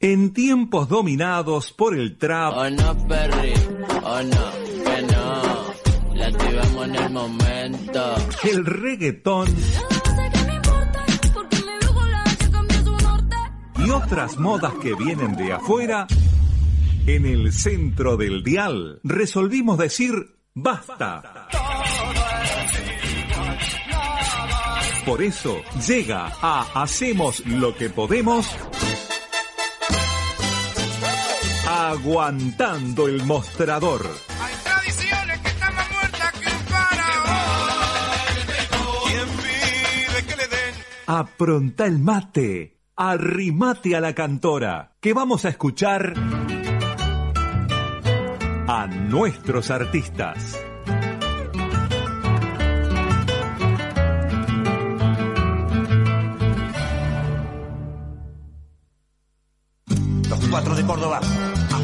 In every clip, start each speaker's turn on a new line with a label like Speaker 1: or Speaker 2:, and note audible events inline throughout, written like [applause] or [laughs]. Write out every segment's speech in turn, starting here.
Speaker 1: En tiempos dominados por el trap.
Speaker 2: Oh no, Perry, oh no, que no. La activamos en el momento.
Speaker 1: El reggaetón. Y otras modas que vienen de afuera. En el centro del dial resolvimos decir basta. Por eso llega a Hacemos lo que podemos. Aguantando el mostrador.
Speaker 3: Hay tradiciones que están más muertas que un faraón. ¿Quién pide que le den?
Speaker 1: Apronta el mate. Arrimate a la cantora. Que vamos a escuchar a nuestros artistas.
Speaker 4: Los cuatro de Córdoba,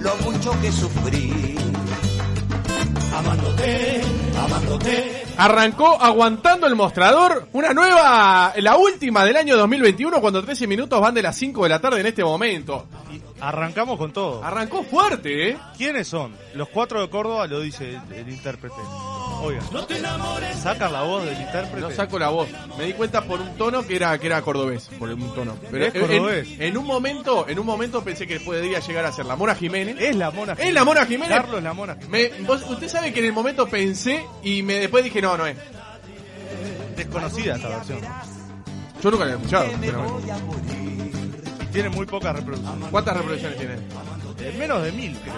Speaker 4: lo mucho que sufrí.
Speaker 5: Amándote, amándote.
Speaker 6: Arrancó aguantando el mostrador. Una nueva, la última del año 2021, cuando 13 minutos van de las 5 de la tarde en este momento.
Speaker 7: Arrancamos con todo.
Speaker 5: Ah.
Speaker 6: Arrancó fuerte, ¿eh?
Speaker 7: ¿Quiénes son? Los cuatro de Córdoba lo dice el, el intérprete. Oiga,
Speaker 5: No te enamores.
Speaker 7: saca la voz del intérprete.
Speaker 6: No saco la voz. Me di cuenta por un tono que era que era cordobés, por un tono. Pero
Speaker 7: Es
Speaker 6: en-
Speaker 7: cordobés.
Speaker 6: En, un momento, en un momento pensé que podría llegar a ser la Mona Jiménez.
Speaker 7: es la mona.
Speaker 6: Es la Mona Jiménez.
Speaker 7: Carlos la mona. Jiménez.
Speaker 6: Me- vos- usted sabe que en el momento pensé y me después dije, no, no es.
Speaker 7: Desconocida esta versión.
Speaker 6: Yo nunca la he escuchado.
Speaker 4: Que me
Speaker 6: sinceramente.
Speaker 4: voy a morir.
Speaker 7: Tiene muy pocas reproducciones.
Speaker 6: ¿Cuántas reproducciones tiene?
Speaker 7: Eh, Menos de mil, creo.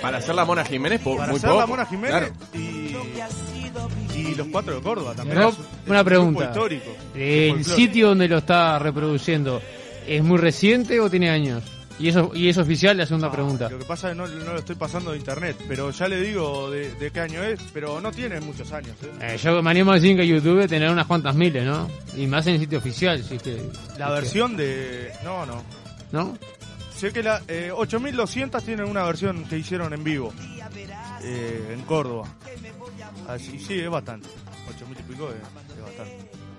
Speaker 6: Para ser la Mona Jiménez, po-
Speaker 7: Para
Speaker 6: muy
Speaker 7: ser
Speaker 6: poco.
Speaker 7: la mona Jiménez
Speaker 6: Claro.
Speaker 7: y,
Speaker 4: Lo que ha sido
Speaker 7: y los cuatro de Córdoba también.
Speaker 8: Rob,
Speaker 7: Es un- es
Speaker 8: una
Speaker 7: un grupo
Speaker 8: pregunta.
Speaker 7: histórico.
Speaker 8: Eh,
Speaker 7: de
Speaker 8: El
Speaker 7: folclore.
Speaker 8: sitio donde lo está reproduciendo, ¿es muy reciente o tiene años? Y eso y es oficial la segunda pregunta.
Speaker 7: Lo que pasa es que no, no lo estoy pasando de internet, pero ya le digo de, de qué año es, pero no tiene muchos años. ¿eh?
Speaker 8: Eh, yo me animo a decir que YouTube tendrá unas cuantas miles, ¿no? Y más en el sitio oficial, si es que...
Speaker 7: La versión de... No, no.
Speaker 8: ¿No?
Speaker 7: Sé que la eh, 8200 tienen una versión que hicieron en vivo eh, en Córdoba. Así sí, es bastante. 8000 y pico es, es bastante.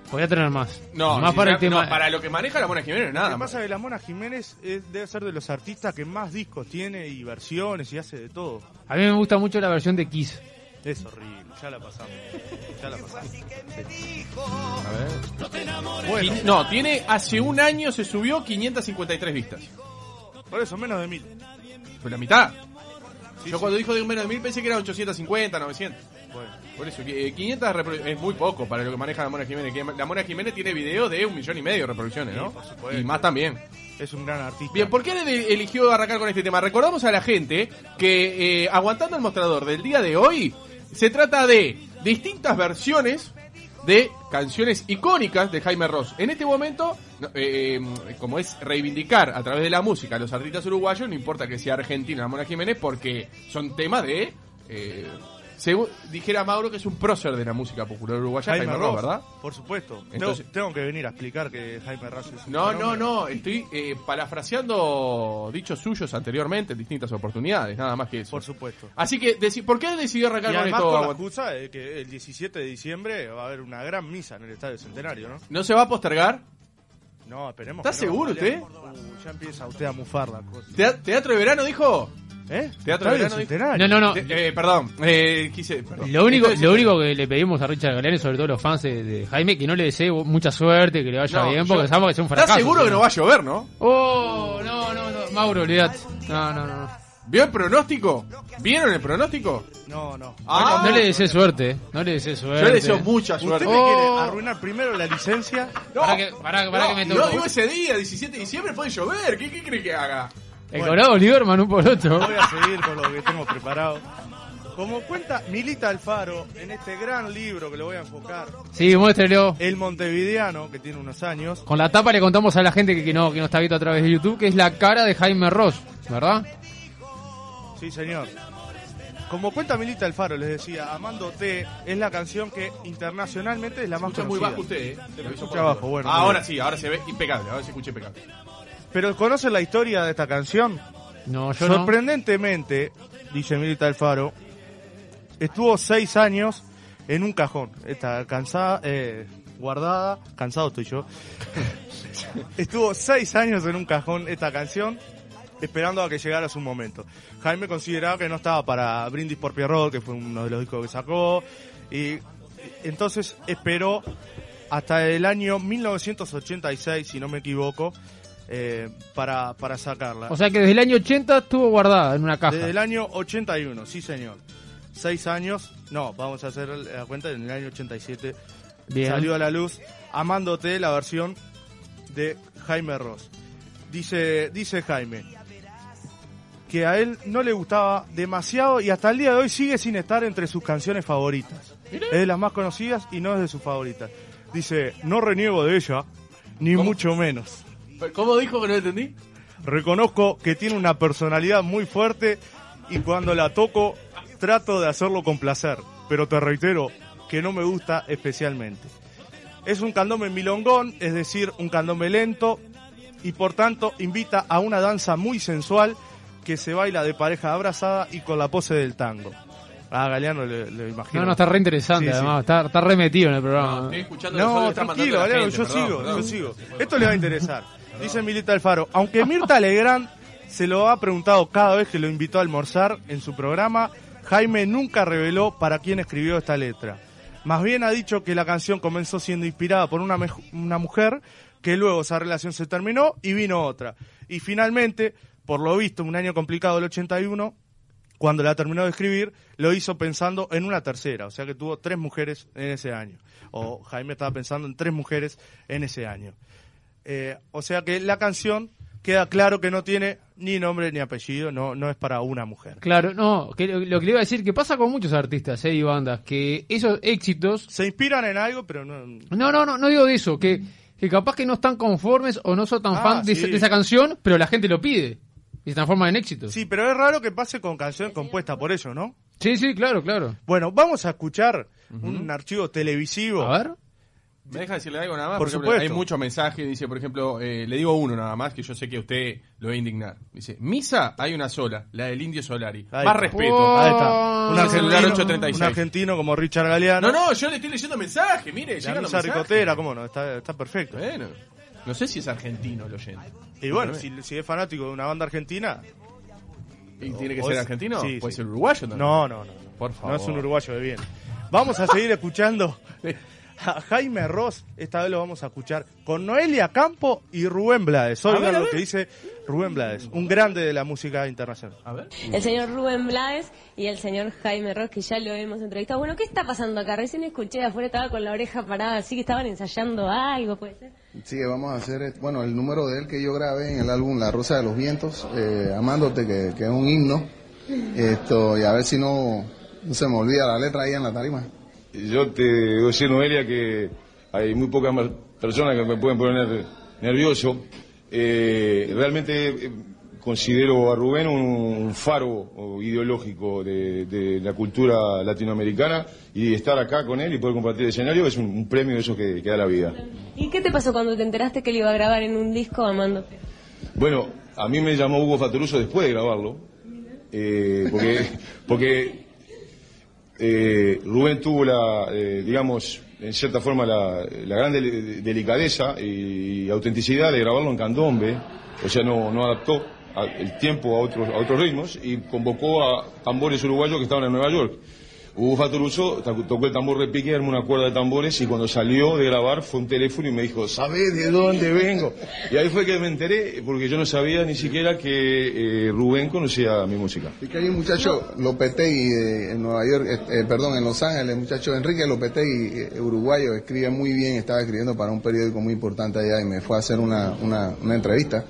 Speaker 8: Podría tener más.
Speaker 6: No,
Speaker 8: más
Speaker 6: si
Speaker 8: para
Speaker 6: ya-
Speaker 8: el tema...
Speaker 6: no, para lo que maneja la Mona Jiménez,
Speaker 7: Lo
Speaker 6: nada.
Speaker 7: que
Speaker 6: más.
Speaker 7: pasa es que la Mona Jiménez es- debe ser de los artistas que más discos tiene y versiones y hace de todo.
Speaker 8: A mí me gusta mucho la versión de Kiss.
Speaker 7: Es horrible, ya la pasamos. Ya la pasamos.
Speaker 6: A ver.
Speaker 7: Bueno,
Speaker 6: Y- No, tiene hace un año se subió 553 vistas.
Speaker 7: por eso menos de 1000.
Speaker 6: Fue la mitad.
Speaker 7: Sí,
Speaker 6: Yo
Speaker 7: sí.
Speaker 6: cuando dijo de menos de mil pensé que era 850, 900.
Speaker 7: Bueno,
Speaker 6: Por eso, eh, 500 reprodu- es muy poco para lo que maneja la Mona Jiménez. que La Mona Jiménez tiene video de un millón y medio de reproducciones,
Speaker 7: Sí,
Speaker 6: ¿no?
Speaker 7: por supuesto.
Speaker 6: y más también.
Speaker 7: es un gran artista.
Speaker 6: Bien, ¿por qué de- eligió arrancar con este tema? Recordamos a la gente que eh, Aguantando el Mostrador del día de hoy se trata de distintas versiones de canciones icónicas de Jaime Ross. En este momento, no, eh, eh, como es reivindicar a través de la música a los artistas uruguayos, no importa que sea argentino la Mona Jiménez, porque son temas de... eh, segu- dijera Mauro que es un prócer de la música popular uruguaya, Jaime, Ross, ¿verdad?
Speaker 7: Por supuesto. Tengo-
Speaker 6: Entonces-
Speaker 7: tengo, que venir a explicar que Jaime Ross es un
Speaker 6: No, no,
Speaker 7: fenómeno.
Speaker 6: no, estoy eh, parafraseando dichos suyos anteriormente en distintas oportunidades, nada más que eso.
Speaker 7: Por supuesto.
Speaker 6: Así que, deci- ¿por qué decidió
Speaker 7: Y
Speaker 6: arrancar con
Speaker 7: además
Speaker 6: esto?
Speaker 7: con la
Speaker 6: Aguante?
Speaker 7: excusa de que el 17 de diciembre va a haber una gran misa en el Estadio Centenario, ¿no?
Speaker 6: ¿No se va a postergar?
Speaker 7: No, esperemos.
Speaker 6: ¿Está
Speaker 7: que no,
Speaker 6: seguro
Speaker 7: dale. Uh, ya empieza usted a mufar la cosa.
Speaker 6: Tea- ¿Teatro de verano dijo?
Speaker 7: ¿Eh?
Speaker 6: Teatro
Speaker 7: Estadio
Speaker 6: Verano,
Speaker 7: Centenario.
Speaker 8: No, no, no.
Speaker 6: Te- eh, perdón, eh, quise. perdón.
Speaker 8: Lo único,
Speaker 6: Entonces-
Speaker 8: lo único que le pedimos a Richard Galeano y sobre todo los fans de, de Jaime, que no le desee mucha suerte, que le vaya
Speaker 6: No,
Speaker 8: bien, porque
Speaker 6: yo-
Speaker 8: sabemos que es un fracaso.
Speaker 6: ¿Estás seguro que no va a llover, no?
Speaker 8: Oh, no, no, no. Mauro, olvidate. No, no, no.
Speaker 6: ¿Vio el pronóstico? ¿Vieron el pronóstico?
Speaker 7: No, no.
Speaker 6: Ah,
Speaker 8: no le desee suerte, eh. no le desee suerte.
Speaker 6: Yo le deseo mucha
Speaker 7: Usted
Speaker 6: suerte. Oh.
Speaker 7: me quiere arruinar primero la licencia.
Speaker 6: No,
Speaker 8: Pará que- pará- pará
Speaker 6: no,
Speaker 8: que me
Speaker 6: No,
Speaker 8: toco.
Speaker 6: digo ese día, 17 de diciembre, puede llover. ¿Qué, qué cree que haga?
Speaker 8: El Colorado Oliverman, un poroto.
Speaker 7: Voy a seguir con lo que tengo preparado. Como cuenta Milita Alfaro en este gran libro que le voy a enfocar,
Speaker 8: Sí, muéstrelo.
Speaker 7: El Montevideano, que tiene unos años.
Speaker 8: Con la tapa le contamos a la gente que, que no, que no está viendo a través de YouTube, que es la cara de Jaime Ross, ¿verdad?
Speaker 7: Sí, señor. Como cuenta Milita Alfaro, les decía, Amándote es la canción que internacionalmente es la más
Speaker 6: Escucha
Speaker 7: conocida.
Speaker 6: muy bajo usted, ¿eh? Se lo
Speaker 7: Escucha
Speaker 6: hizo por favor.
Speaker 7: bajo, bueno,
Speaker 6: Ahora
Speaker 7: muy bien.
Speaker 6: sí, ahora se ve impecable. Ahora se escucha impecable.
Speaker 7: Pero ¿conocen la historia de esta canción?
Speaker 8: No, yo no.
Speaker 7: Sorprendentemente, dice Milita Alfaro, estuvo seis años en un cajón. Está cansada, eh, guardada, cansado estoy yo. [laughs] estuvo seis años en un cajón esta canción, esperando a que llegara su momento. Jaime consideraba que no estaba para Brindis por Pierrot, que fue uno de los discos que sacó, y entonces esperó hasta el año 1986, si no me equivoco, eh, para, para sacarla.
Speaker 8: O sea que desde el año 80 estuvo guardada en una caja.
Speaker 7: Desde el año 81, sí señor. Seis años, no, vamos a hacer la cuenta, en el año 87
Speaker 8: Bien.
Speaker 7: salió a la luz Amándote, la versión de Jaime Ross. Dice, dice Jaime que a él no le gustaba demasiado y hasta el día de hoy sigue sin estar entre sus canciones favoritas. Es de las más conocidas y no es de sus favoritas. Dice, no reniego de ella, ni
Speaker 6: ¿Cómo?
Speaker 7: mucho menos.
Speaker 6: ¿Cómo dijo que no entendí?
Speaker 7: Reconozco que tiene una personalidad muy fuerte y cuando la toco trato de hacerlo con placer, pero te reitero que no me gusta especialmente. Es un candombe milongón, es decir, un candombe lento y por tanto invita a una danza muy sensual que se baila de pareja abrazada y con la pose del tango. A Galeano le, le imagino.
Speaker 8: No, no, está re interesante,
Speaker 7: Sí, sí.
Speaker 8: además. Está, está re metido en el programa.
Speaker 6: Estoy escuchando los
Speaker 7: No,
Speaker 6: audios, está mandando
Speaker 7: tranquilo,
Speaker 6: a la
Speaker 7: Galeano,
Speaker 6: gente,
Speaker 7: yo
Speaker 6: perdón,
Speaker 7: sigo,
Speaker 6: perdón.
Speaker 7: yo sigo. Esto le va a interesar. Dice Milita Alfaro, aunque Mirta Legrand se lo ha preguntado cada vez que lo invitó a almorzar en su programa, Jaime nunca reveló para quién escribió esta letra. Más bien ha dicho que la canción comenzó siendo inspirada por una, mej- una mujer, que luego esa relación se terminó y vino otra. Y finalmente, por lo visto, un año complicado del 81, cuando la terminó de escribir, lo hizo pensando en una tercera, o sea que tuvo tres mujeres en ese año. O Jaime estaba pensando en tres mujeres en ese año. Eh, o sea que la canción queda claro que no tiene ni nombre ni apellido, no, no es para una mujer.
Speaker 8: Claro, no, que lo, lo que le iba a decir, que pasa con muchos artistas eh, y bandas, que esos éxitos...
Speaker 7: Se inspiran en algo, pero no.
Speaker 8: No, no, no, no digo de eso, que, que capaz que no están conformes o no son tan
Speaker 7: Mm. Ah,
Speaker 8: fan de,
Speaker 7: sí.
Speaker 8: esa- de esa canción, pero la gente lo pide y se transforma en éxito.
Speaker 7: Sí, pero es raro que pase con canción compuesta por ellos, ¿no?
Speaker 8: sí, sí, claro, claro.
Speaker 7: Bueno, vamos a escuchar un archivo televisivo.
Speaker 8: A ver.
Speaker 6: ¿Me deja decirle algo nada más?
Speaker 7: Por
Speaker 6: ejemplo,
Speaker 7: supuesto.
Speaker 6: Hay muchos mensajes, dice, por ejemplo, eh, le digo uno nada más, que yo sé que a usted lo va a indignar. Dice, misa hay una sola, la del Indio Solari.
Speaker 7: Ahí
Speaker 6: Más
Speaker 7: está.
Speaker 6: respeto. Ah,
Speaker 8: Oh.
Speaker 7: Ahí está. Un
Speaker 6: El celular
Speaker 7: argentino,
Speaker 6: 836.
Speaker 7: un argentino como Richard Galeano.
Speaker 6: No, no, yo le estoy leyendo mensajes, mire,
Speaker 7: La
Speaker 6: llegan los
Speaker 7: misa
Speaker 6: mensajes.
Speaker 7: ricotera, cómo no, está, está perfecto.
Speaker 6: Bueno, no sé si es argentino el oyente.
Speaker 7: Y bueno, si, si es fanático de una banda argentina.
Speaker 6: ¿Y tiene que
Speaker 7: o
Speaker 6: ser
Speaker 7: es-
Speaker 6: argentino?
Speaker 7: sí,
Speaker 6: ¿Puede
Speaker 7: sí.
Speaker 6: ser uruguayo también?
Speaker 7: No, no, no. no.
Speaker 6: Por
Speaker 7: No
Speaker 6: favor.
Speaker 7: es un uruguayo de bien. Vamos a seguir escuchando a Jaime Ross. Esta vez lo vamos a escuchar con Noelia Campo y Rubén Blades.
Speaker 6: A
Speaker 7: Oigan
Speaker 6: ver, a
Speaker 7: lo
Speaker 6: ver.
Speaker 7: que dice Rubén Blades, un grande de la música internacional.
Speaker 6: A ver.
Speaker 9: El señor Rubén Blades y el señor Jaime Ross, que ya lo hemos entrevistado. Bueno, ¿qué está pasando acá? Recién escuché de afuera, estaba con la oreja parada, así que estaban ensayando algo, puede ser.
Speaker 10: Sí, vamos a hacer, eh, bueno, el número de él que yo grabé en el álbum La Rosa de los Vientos, eh, Amándote, que, que es un himno, esto, y a ver si no, no se me olvida la letra ahí en la tarima.
Speaker 11: Yo te digo, sí, Noelia, que hay muy pocas más personas que me pueden poner nervioso. Eh, realmente eh, considero a Rubén un, un faro ideológico de, de la cultura latinoamericana y estar acá con él y poder compartir el escenario es un, un premio de esos que, que da la vida.
Speaker 9: ¿Y qué te pasó cuando te enteraste que le iba a grabar en un disco amándote?
Speaker 11: Bueno, a mí me llamó Hugo Fatoruso después de grabarlo, eh, porque, porque eh, Rubén tuvo la, eh, digamos, en cierta forma la, la gran deli- delicadeza y, autenticidad de grabarlo en candombe, o sea, no, no adaptó a- el tiempo a otros, a otros ritmos y convocó a tambores uruguayos que estaban en Nueva York. Hugo Fatoruso ta- tocó el tambor repique, armó una cuerda de tambores y cuando salió de grabar fue un teléfono y me dijo, ¿sabés de dónde vengo? Y ahí fue que me enteré, porque yo no sabía ni siquiera que eh, Rubén conocía mi música.
Speaker 10: Y que hay un muchacho, Lopetegui, de- en Nueva York, eh, eh, perdón, en Los Ángeles, el muchacho Enrique Lopetegui, eh, uruguayo, escribe muy bien, estaba escribiendo para un periódico muy importante allá y me fue a hacer una, una, una entrevista.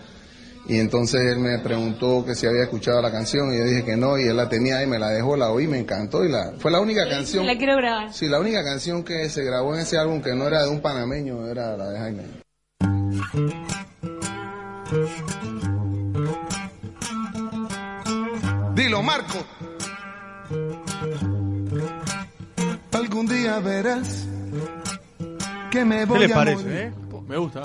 Speaker 10: Y entonces él me preguntó que si había escuchado la canción y yo dije que no y él la tenía ahí, me la dejó, la oí, me encantó y la fue la única canción.
Speaker 9: La quiero grabar.
Speaker 10: Sí, la única canción que se grabó en ese álbum que no era de un panameño, era la de Jaime.
Speaker 12: Dilo, Marco. Algún día verás que me voy
Speaker 7: les
Speaker 12: a
Speaker 7: parece,
Speaker 12: morir.
Speaker 7: eh?
Speaker 6: Me gusta.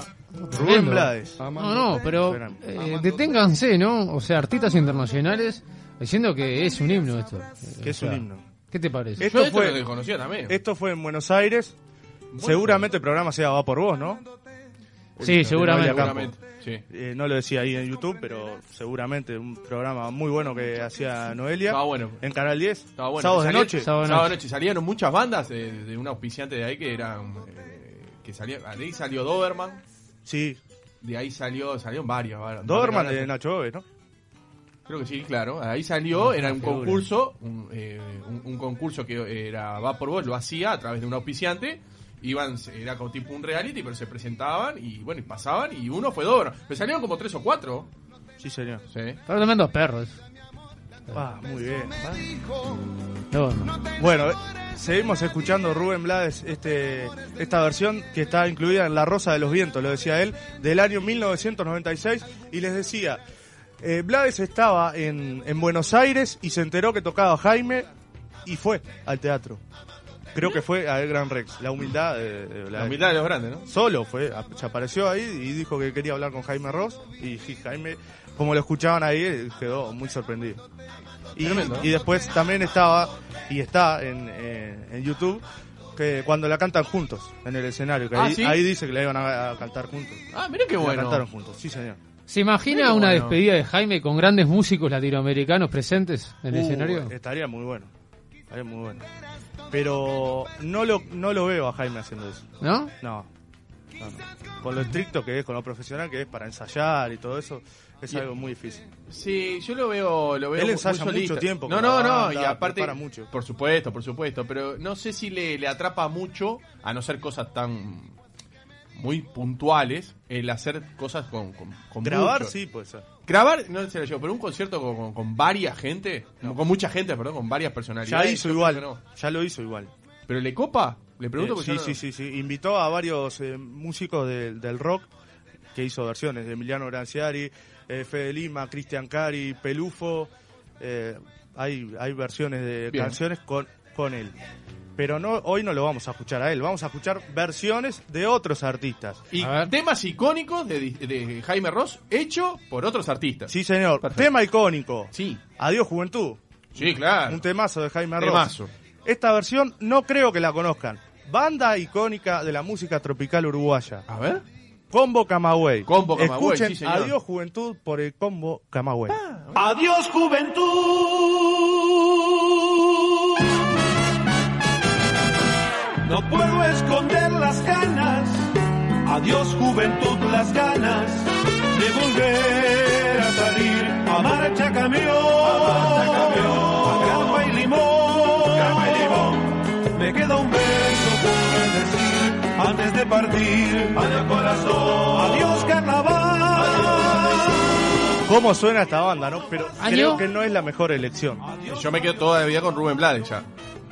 Speaker 7: Rubén Blades.
Speaker 8: No, no, pero eh, deténganse, ¿no? O sea, artistas internacionales diciendo que es un himno esto.
Speaker 7: Que es un himno.
Speaker 8: ¿Qué te parece?
Speaker 7: Esto fue, Eh, esto fue en Buenos Aires. Seguramente el programa sea Va por Vos, ¿no?
Speaker 8: Sí,
Speaker 7: El-
Speaker 8: seguramente.
Speaker 7: el Campo.
Speaker 6: Sí.
Speaker 7: Eh, no lo decía ahí en YouTube, pero seguramente un programa muy bueno que hacía Noelia.
Speaker 6: Estaba bueno.
Speaker 7: En Canal 10.
Speaker 6: Estaba bueno.
Speaker 7: Sábados de
Speaker 6: Salía-
Speaker 7: noche.
Speaker 6: Sábado de noche. Salieron muchas bandas eh, de, un auspiciante de ahí que eran. eh, que salía, de ahí salió Doberman.
Speaker 7: Sí.
Speaker 6: De ahí salió, salieron varias. varias
Speaker 7: Doberman eh,
Speaker 6: varias-
Speaker 7: de Nacho Oves, ¿no?
Speaker 6: Creo que sí, claro. Ahí salió, era un
Speaker 7: figura.
Speaker 6: concurso, un, eh, un- un concurso que era Va por Vos, lo hacía a través de un auspiciante. Iban, era como tipo un reality, pero se presentaban y bueno, y pasaban y uno fue Doberman. Pero salieron como tres o cuatro.
Speaker 7: Sí, señor.
Speaker 6: Sí.
Speaker 8: Estaba tremendo perros.
Speaker 7: Ah, muy bien.
Speaker 8: No,
Speaker 7: Bueno, eh, seguimos escuchando Rubén Blades este, esta versión que está incluida en La Rosa de los Vientos, lo decía él, del año 1996. Y les decía, eh, Blades estaba en, en Buenos Aires y se enteró que tocaba Jaime y fue al teatro. Creo que fue al Gran Rex, la humildad de, de Blades.
Speaker 6: La humildad de los grandes, ¿no?
Speaker 7: Solo fue, ap- se apareció ahí y dijo que quería hablar con Jaime Ross. Y sí, Jaime, como lo escuchaban ahí, eh, quedó muy sorprendido. Y,
Speaker 6: Tremendo, ¿eh?
Speaker 7: y después también estaba, y está en, eh, en YouTube, que cuando la cantan juntos en el escenario. Que
Speaker 6: Ah,
Speaker 7: ahí,
Speaker 6: ¿sí?
Speaker 7: ahí dice que la iban a, a cantar juntos.
Speaker 6: Ah, mirá qué
Speaker 7: La
Speaker 6: bueno.
Speaker 7: cantaron juntos, sí, señor.
Speaker 8: ¿Se imagina
Speaker 7: Pero
Speaker 8: una
Speaker 7: bueno.
Speaker 8: despedida de Jaime con grandes músicos latinoamericanos presentes en el
Speaker 7: Uh,
Speaker 8: escenario?
Speaker 7: Estaría muy bueno. Estaría muy bueno. Pero no lo, no lo veo a Jaime haciendo eso.
Speaker 8: ¿No?
Speaker 7: No. No, no. Con lo estricto que es, con lo profesional que es para ensayar y todo eso, es
Speaker 6: Y-
Speaker 7: algo muy difícil.
Speaker 6: Sí, yo lo veo, lo veo
Speaker 7: Él
Speaker 6: muy
Speaker 7: ensaya mucho
Speaker 6: solista.
Speaker 7: tiempo
Speaker 6: No,
Speaker 7: con
Speaker 6: no,
Speaker 7: la
Speaker 6: no,
Speaker 7: banda,
Speaker 6: y aparte,
Speaker 7: prepara mucho.
Speaker 6: por supuesto, por supuesto, pero no sé si le, le atrapa mucho, a no ser cosas tan muy puntuales, el hacer cosas con, con, con
Speaker 7: Grabar
Speaker 6: mucho.
Speaker 7: sí pues, puede ser.
Speaker 6: Grabar, no se lo llevo, pero un concierto con, con, con varias gente, con mucha gente, perdón, con varias personalidades.
Speaker 7: Ya hizo
Speaker 6: yo
Speaker 7: igual,
Speaker 6: creo que no.
Speaker 7: ya lo hizo igual.
Speaker 6: ¿Pero le copa? Le pregunto
Speaker 7: Eh,
Speaker 6: porque
Speaker 7: sí,
Speaker 6: yo no-
Speaker 7: sí, sí, sí. Invitó a varios eh, músicos del- del rock que hizo versiones. Emiliano Granciari, eh, Fede Lima, Cristian Cari, Pelufo. eh, hay, hay versiones de
Speaker 6: Bien.
Speaker 7: canciones con, con él. Pero no, hoy no lo vamos a escuchar a él, vamos a escuchar versiones de otros artistas.
Speaker 6: Y temas icónicos de, de Jaime Ross, hecho por otros artistas.
Speaker 7: Sí, señor. Tema icónico.
Speaker 6: Sí.
Speaker 7: Adiós, juventud.
Speaker 6: Sí, claro.
Speaker 7: Un temazo de Jaime Ross.
Speaker 6: Temazo.
Speaker 7: Esta versión no creo que la conozcan. Banda icónica de la música tropical uruguaya.
Speaker 6: A ver.
Speaker 7: Combo Camagüey.
Speaker 6: Combo Camagüey,
Speaker 7: Escuchen
Speaker 6: sí, señor.
Speaker 7: Adiós Juventud por el Combo Camagüey.
Speaker 5: Ah. Adiós
Speaker 7: Uh,
Speaker 5: juventud. No puedo esconder las ganas. Adiós juventud, las ganas de volver a salir a marcha camión. A grapa y limón. Me queda un beso por decir antes de partir. Adiós corazón. Adiós carnaval.
Speaker 7: ¿Cómo suena esta banda, no? Pero
Speaker 6: Año.
Speaker 7: creo que no es la mejor elección.
Speaker 6: Yo me quedo todavía con Rubén Blades ya.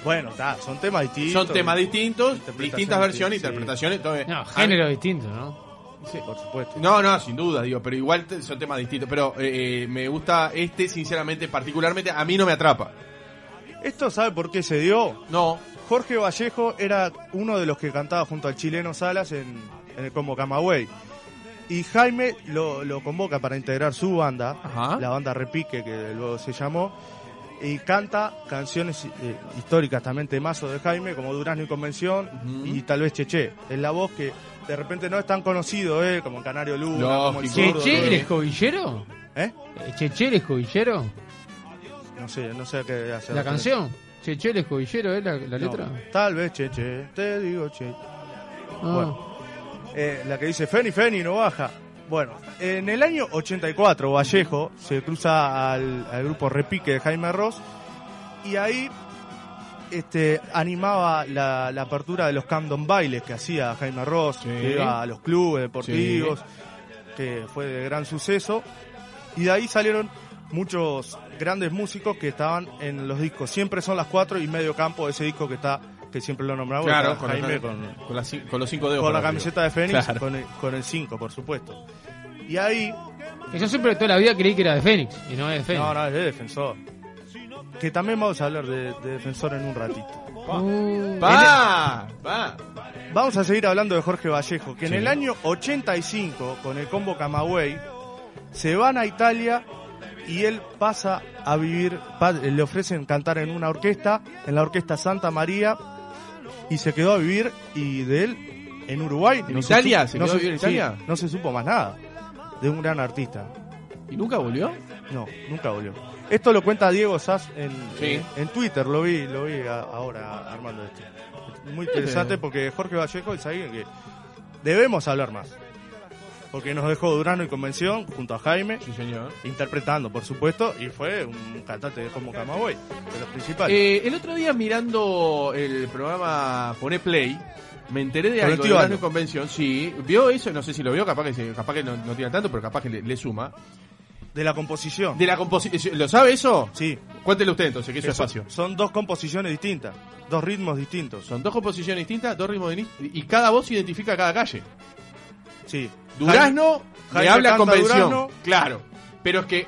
Speaker 7: Bueno, está, son temas distintos.
Speaker 6: Son temas distintos, distintas versiones,
Speaker 7: sí.
Speaker 6: interpretaciones. todo-
Speaker 8: No, género distinto, ¿no?
Speaker 7: Por supuesto.
Speaker 6: No, no, sin duda, digo, pero igual te- son temas distintos. Pero eh, eh, me gusta este, sinceramente, particularmente, a mí no me atrapa.
Speaker 7: ¿Esto sabe por qué se dio?
Speaker 6: No.
Speaker 7: Jorge Vallejo era uno de los que cantaba junto al chileno Salas en, en el Combo Camagüey. Y Jaime lo, lo convoca para integrar su banda, la banda Repique, que luego se llamó, y canta canciones eh, históricas también, temazos de Jaime, como Durazno y Convención, y tal vez Cheche. Es la voz que de repente no es tan conocido, ¿eh? como Canario Luna, como el
Speaker 8: ¿Cheche
Speaker 7: Zurdo,
Speaker 8: el
Speaker 7: ¿eh?
Speaker 8: escobillero?
Speaker 7: ¿Eh?
Speaker 8: ¿Cheche el escobillero?
Speaker 7: No sé, no sé a qué hacer.
Speaker 8: ¿La canción? ¿Cheche el escobillero es la, la letra?
Speaker 7: Tal vez Cheche, te digo Cheche.
Speaker 8: Ah.
Speaker 7: Bueno, eh, la que dice Feni, Feni, no baja. Bueno, en el año 84, Vallejo se cruza al, al grupo Repique de Jaime Ross y ahí este, animaba la, la apertura de los Camden Bailes que hacía Jaime Ross, que iba a los clubes deportivos, que fue de gran suceso. y de ahí salieron muchos grandes músicos que estaban en los discos. Siempre son las cuatro y medio campo de ese disco que está que siempre lo nombramos.
Speaker 6: Claro,
Speaker 7: está
Speaker 6: con,
Speaker 7: Jaime
Speaker 6: la-
Speaker 7: con,
Speaker 6: con la cin- con los cinco dedos.
Speaker 7: con la
Speaker 6: por arriba.
Speaker 7: camiseta de Fénix,
Speaker 6: Claro.
Speaker 7: con el- con el 5, por supuesto. Y ahí.
Speaker 8: Que yo siempre toda la vida creí que era de Fénix y no es de Fénix.
Speaker 7: No, no, es de defensor. Que también vamos a hablar de, de defensor en un ratito.
Speaker 8: Uh.
Speaker 6: ¡Va! ¡Va!
Speaker 7: Vamos a seguir hablando de Jorge Vallejo, que
Speaker 6: Sí.
Speaker 7: en el año 85, con el combo Camagüey, se van a Italia y él pasa a vivir, pa- le ofrecen cantar en una orquesta, en la orquesta Santa María, y se quedó a vivir, y de él en Uruguay.
Speaker 6: ¿En
Speaker 7: se
Speaker 6: Italia?
Speaker 7: supo-
Speaker 6: ¿Se quedó a vivir en
Speaker 7: sí,
Speaker 6: Italia?
Speaker 7: no se supo más nada de un gran artista.
Speaker 6: ¿Y nunca volvió?
Speaker 7: No, nunca volvió. Esto lo cuenta Diego Sass en,
Speaker 6: Sí.
Speaker 7: en- en Twitter, lo vi, lo vi a- ahora armando esto. Muy interesante porque Jorge Vallejo es alguien que debemos hablar más. Porque nos dejó Durano y Convención junto a Jaime, interpretando por supuesto, y fue un cantante como Camagüey, de los principales.
Speaker 6: Eh, el otro día mirando el programa Pone Play, me enteré de
Speaker 7: Con el
Speaker 6: algo de
Speaker 7: tío
Speaker 6: Verano y
Speaker 7: Aldo.
Speaker 6: Convención. Sí, vio eso, no sé si lo vio, capaz que, se- capaz que no, no tiene tanto, pero capaz que le, le suma.
Speaker 7: De la composición.
Speaker 6: De la composición. ¿Lo sabe eso?
Speaker 7: Sí.
Speaker 6: Cuéntelo usted entonces, que eso es
Speaker 7: son,
Speaker 6: espacio.
Speaker 7: son dos composiciones distintas, dos ritmos distintos.
Speaker 6: Son dos composiciones distintas, dos ritmos distintos, y cada voz identifica cada calle.
Speaker 7: Sí.
Speaker 6: Durazno
Speaker 7: Jaime-
Speaker 6: le
Speaker 7: Jaime
Speaker 6: habla
Speaker 7: canta
Speaker 6: convención.
Speaker 7: Durazno.
Speaker 6: Claro. Pero es que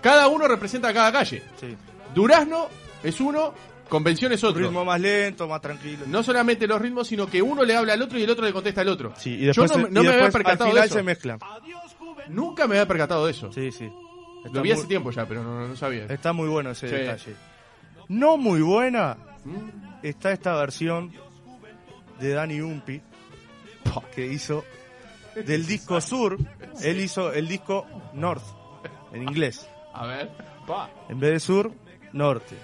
Speaker 6: cada uno representa cada calle.
Speaker 7: Sí.
Speaker 6: Durazno es uno, convención es otro.
Speaker 7: Ritmo más lento, más tranquilo.
Speaker 6: No solamente los ritmos, sino que uno le habla al otro y el otro le contesta al otro.
Speaker 7: Sí, y después,
Speaker 6: Yo no,
Speaker 7: se-
Speaker 6: me- no
Speaker 7: y
Speaker 6: me había
Speaker 7: después
Speaker 6: percatado
Speaker 7: al final
Speaker 6: de eso.
Speaker 7: se mezclan.
Speaker 6: Nunca me había percatado de eso.
Speaker 7: Sí, sí.
Speaker 6: Lo
Speaker 7: Está
Speaker 6: vi hace
Speaker 7: muy- Eh.
Speaker 6: tiempo ya, pero no, no- no sabía.
Speaker 7: Está muy bueno ese
Speaker 6: Sí.
Speaker 7: detalle. No muy buena está esta versión de Dani Umpi que hizo del disco Sur. Él hizo el disco North en inglés.
Speaker 6: A ver. Pa.
Speaker 7: En vez de Sur, Norte.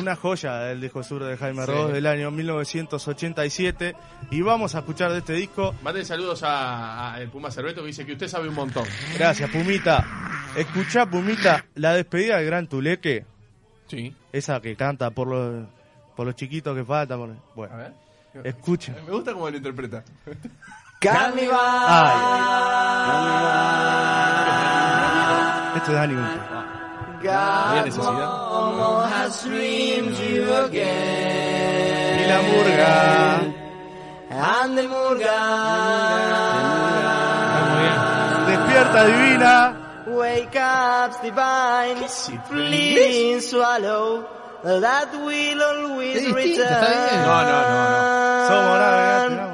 Speaker 7: Una joya del disco Sur de Jaime
Speaker 6: Sí.
Speaker 7: Ross del año 1987. Y vamos a escuchar de este disco.
Speaker 6: Manden saludos a, a el Puma Cerveto que dice que usted sabe un montón.
Speaker 7: Gracias, Pumita. Escuchá, Pumita, la despedida del gran Tuleque.
Speaker 6: Sí.
Speaker 7: Esa que canta por los, por los chiquitos que faltan. por- Bueno,
Speaker 6: A ver.
Speaker 7: escuchen.
Speaker 6: Me gusta cómo lo interpreta. Ah.
Speaker 7: Esto es Dani Umpi.
Speaker 6: Había necesidad.
Speaker 2: Como Ah. has dreamed you again.
Speaker 7: Y la murga.
Speaker 2: And the murga.
Speaker 7: Despierta divina.
Speaker 2: Wake up, divine. Please swallow. That will always return.
Speaker 6: No, no, no,
Speaker 7: Somos una-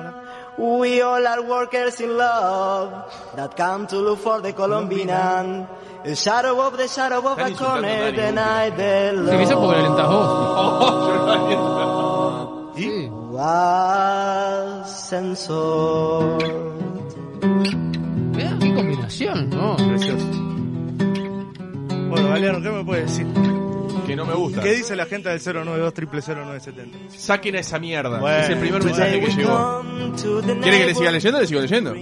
Speaker 2: We all are workers in love that come to look for the Colombinan. A shadow of the shadow of a corner, the night they
Speaker 8: Se que eso porque lo alentás
Speaker 2: love.
Speaker 8: vos.
Speaker 6: Oh.
Speaker 8: Sí.
Speaker 2: Was and so.
Speaker 8: Mirá, qué combinación, ¿no?
Speaker 7: Bueno, Galeano, ¿qué me puedes decir?
Speaker 6: no. Que no me gusta.
Speaker 7: ¿Qué dice la gente del 092 0970?
Speaker 6: Saquen a esa mierda.
Speaker 7: Bueno.
Speaker 6: es el primer mensaje
Speaker 2: Today
Speaker 6: que
Speaker 2: we
Speaker 6: llegó.
Speaker 2: come to the
Speaker 6: ¿Quiere que le siga
Speaker 2: neighborhood
Speaker 6: leyendo? Le sigo leyendo.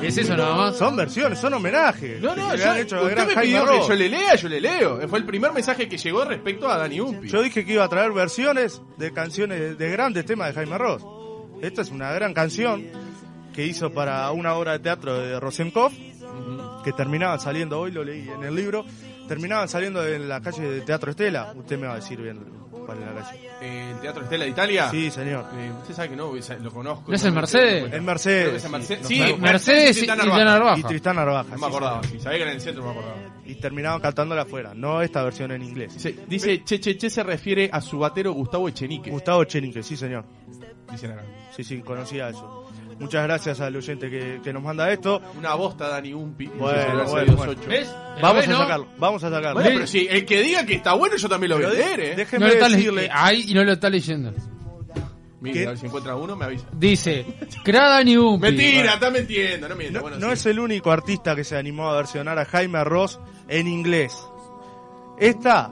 Speaker 8: Es eso nada más.
Speaker 7: Son versiones, son homenajes.
Speaker 6: No, no,
Speaker 7: que le
Speaker 6: yo,
Speaker 7: han hecho al
Speaker 6: usted
Speaker 7: gran
Speaker 6: me
Speaker 7: Jaime
Speaker 6: pidió que
Speaker 7: Ross.
Speaker 6: yo le lea, yo le leo. Fue el primer mensaje que llegó respecto a Dani Umpi.
Speaker 7: Yo dije que iba a traer versiones de canciones de, de grandes temas de Jaime Ross. Esta es una gran canción que hizo para una obra de teatro de Rosenkopf, que terminaban saliendo, hoy lo leí en el libro, terminaban saliendo en la calle de Teatro Estela. Usted me va a decir bien cuál es la calle.
Speaker 6: Eh, ¿El Teatro Estela de Italia?
Speaker 7: Sí, señor.
Speaker 6: Eh, usted sabe que no, esa- lo conozco.
Speaker 8: ¿No es el
Speaker 6: me-
Speaker 8: Mercedes?
Speaker 6: me-
Speaker 7: En
Speaker 6: Creo que
Speaker 7: Mercedes.
Speaker 6: es el Mercedes.
Speaker 7: Sí,
Speaker 6: Sí,
Speaker 7: nos-
Speaker 8: Mer- Mercedes
Speaker 6: Tristán
Speaker 8: y- y
Speaker 6: Narvaja.
Speaker 8: Jan Narvaja.
Speaker 7: y Tristán Narvaja.
Speaker 6: No me
Speaker 7: sí,
Speaker 6: acordaba,
Speaker 7: señor.
Speaker 6: sí, sabía que era en el centro, no me acordaba.
Speaker 7: Y terminaban cantándola afuera, no esta versión en inglés.
Speaker 6: Dice, dice, Che Che Che se refiere a su batero Gustavo Echenique.
Speaker 7: Gustavo Chenique, sí señor.
Speaker 6: Dice Narvaja.
Speaker 7: Sí, sí, conocía eso. Muchas gracias al oyente que, que nos manda esto.
Speaker 6: Una bosta Dani Umpi.
Speaker 7: Bueno,
Speaker 6: Dice Celeste
Speaker 7: bueno,
Speaker 6: 28.
Speaker 7: bueno.
Speaker 8: ¿Ves?
Speaker 7: Vamos
Speaker 8: Pero
Speaker 7: a
Speaker 8: bueno,
Speaker 7: sacarlo, vamos a sacarlo.
Speaker 6: Bueno, pero si el que diga que está bueno, yo también lo voy a
Speaker 7: Pero
Speaker 6: leer,
Speaker 7: de-
Speaker 6: ¿eh?
Speaker 8: No
Speaker 7: Déjenme
Speaker 8: lo está le-
Speaker 7: decirle.
Speaker 8: Ahí y no lo está leyendo.
Speaker 6: Mira,
Speaker 7: ¿Qué?
Speaker 6: a ver si encuentra uno, me avisa.
Speaker 8: Dice, Crada ni un
Speaker 6: Mentira, está mintiendo, no mienta.
Speaker 7: No,
Speaker 6: bueno,
Speaker 7: no
Speaker 6: sí.
Speaker 7: es el único artista que se animó a versionar a Jaime Ross en inglés. Esta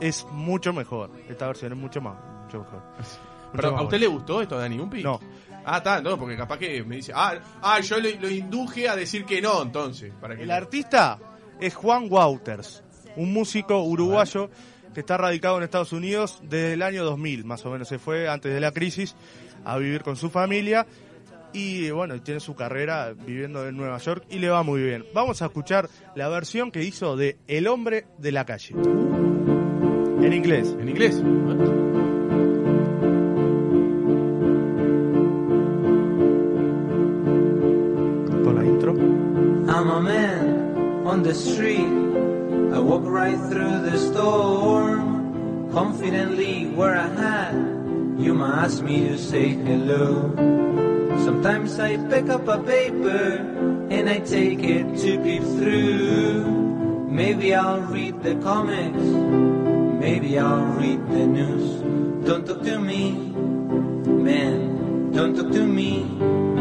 Speaker 7: es mucho mejor. Esta versión es mucho más. Mucho mejor. Mucho
Speaker 6: Perdón,
Speaker 7: más
Speaker 6: ¿A usted le gustó esto, Dani Umpi?
Speaker 7: No.
Speaker 6: Ah, está, entonces, porque capaz que me dice, ah, ah yo lo, lo induje a decir que no, entonces. Para que
Speaker 7: El artista es Juan Wouters, un músico uruguayo que está radicado en Estados Unidos desde el año 2000, más o menos se fue antes de la crisis a vivir con su familia Y bueno, y tiene su carrera viviendo en Nueva York y le va muy bien. Vamos a escuchar la versión que hizo de El hombre de la calle. En inglés.
Speaker 6: En inglés.
Speaker 7: Con la intro.
Speaker 13: I'm a man on the street. I walk right through the storm, confidently wear a hat. You might ask me to say hello. Sometimes I pick up a paper and I take it to peep through. Maybe I'll read the comics, maybe I'll read the news. Don't talk to me, man. Don't talk to me,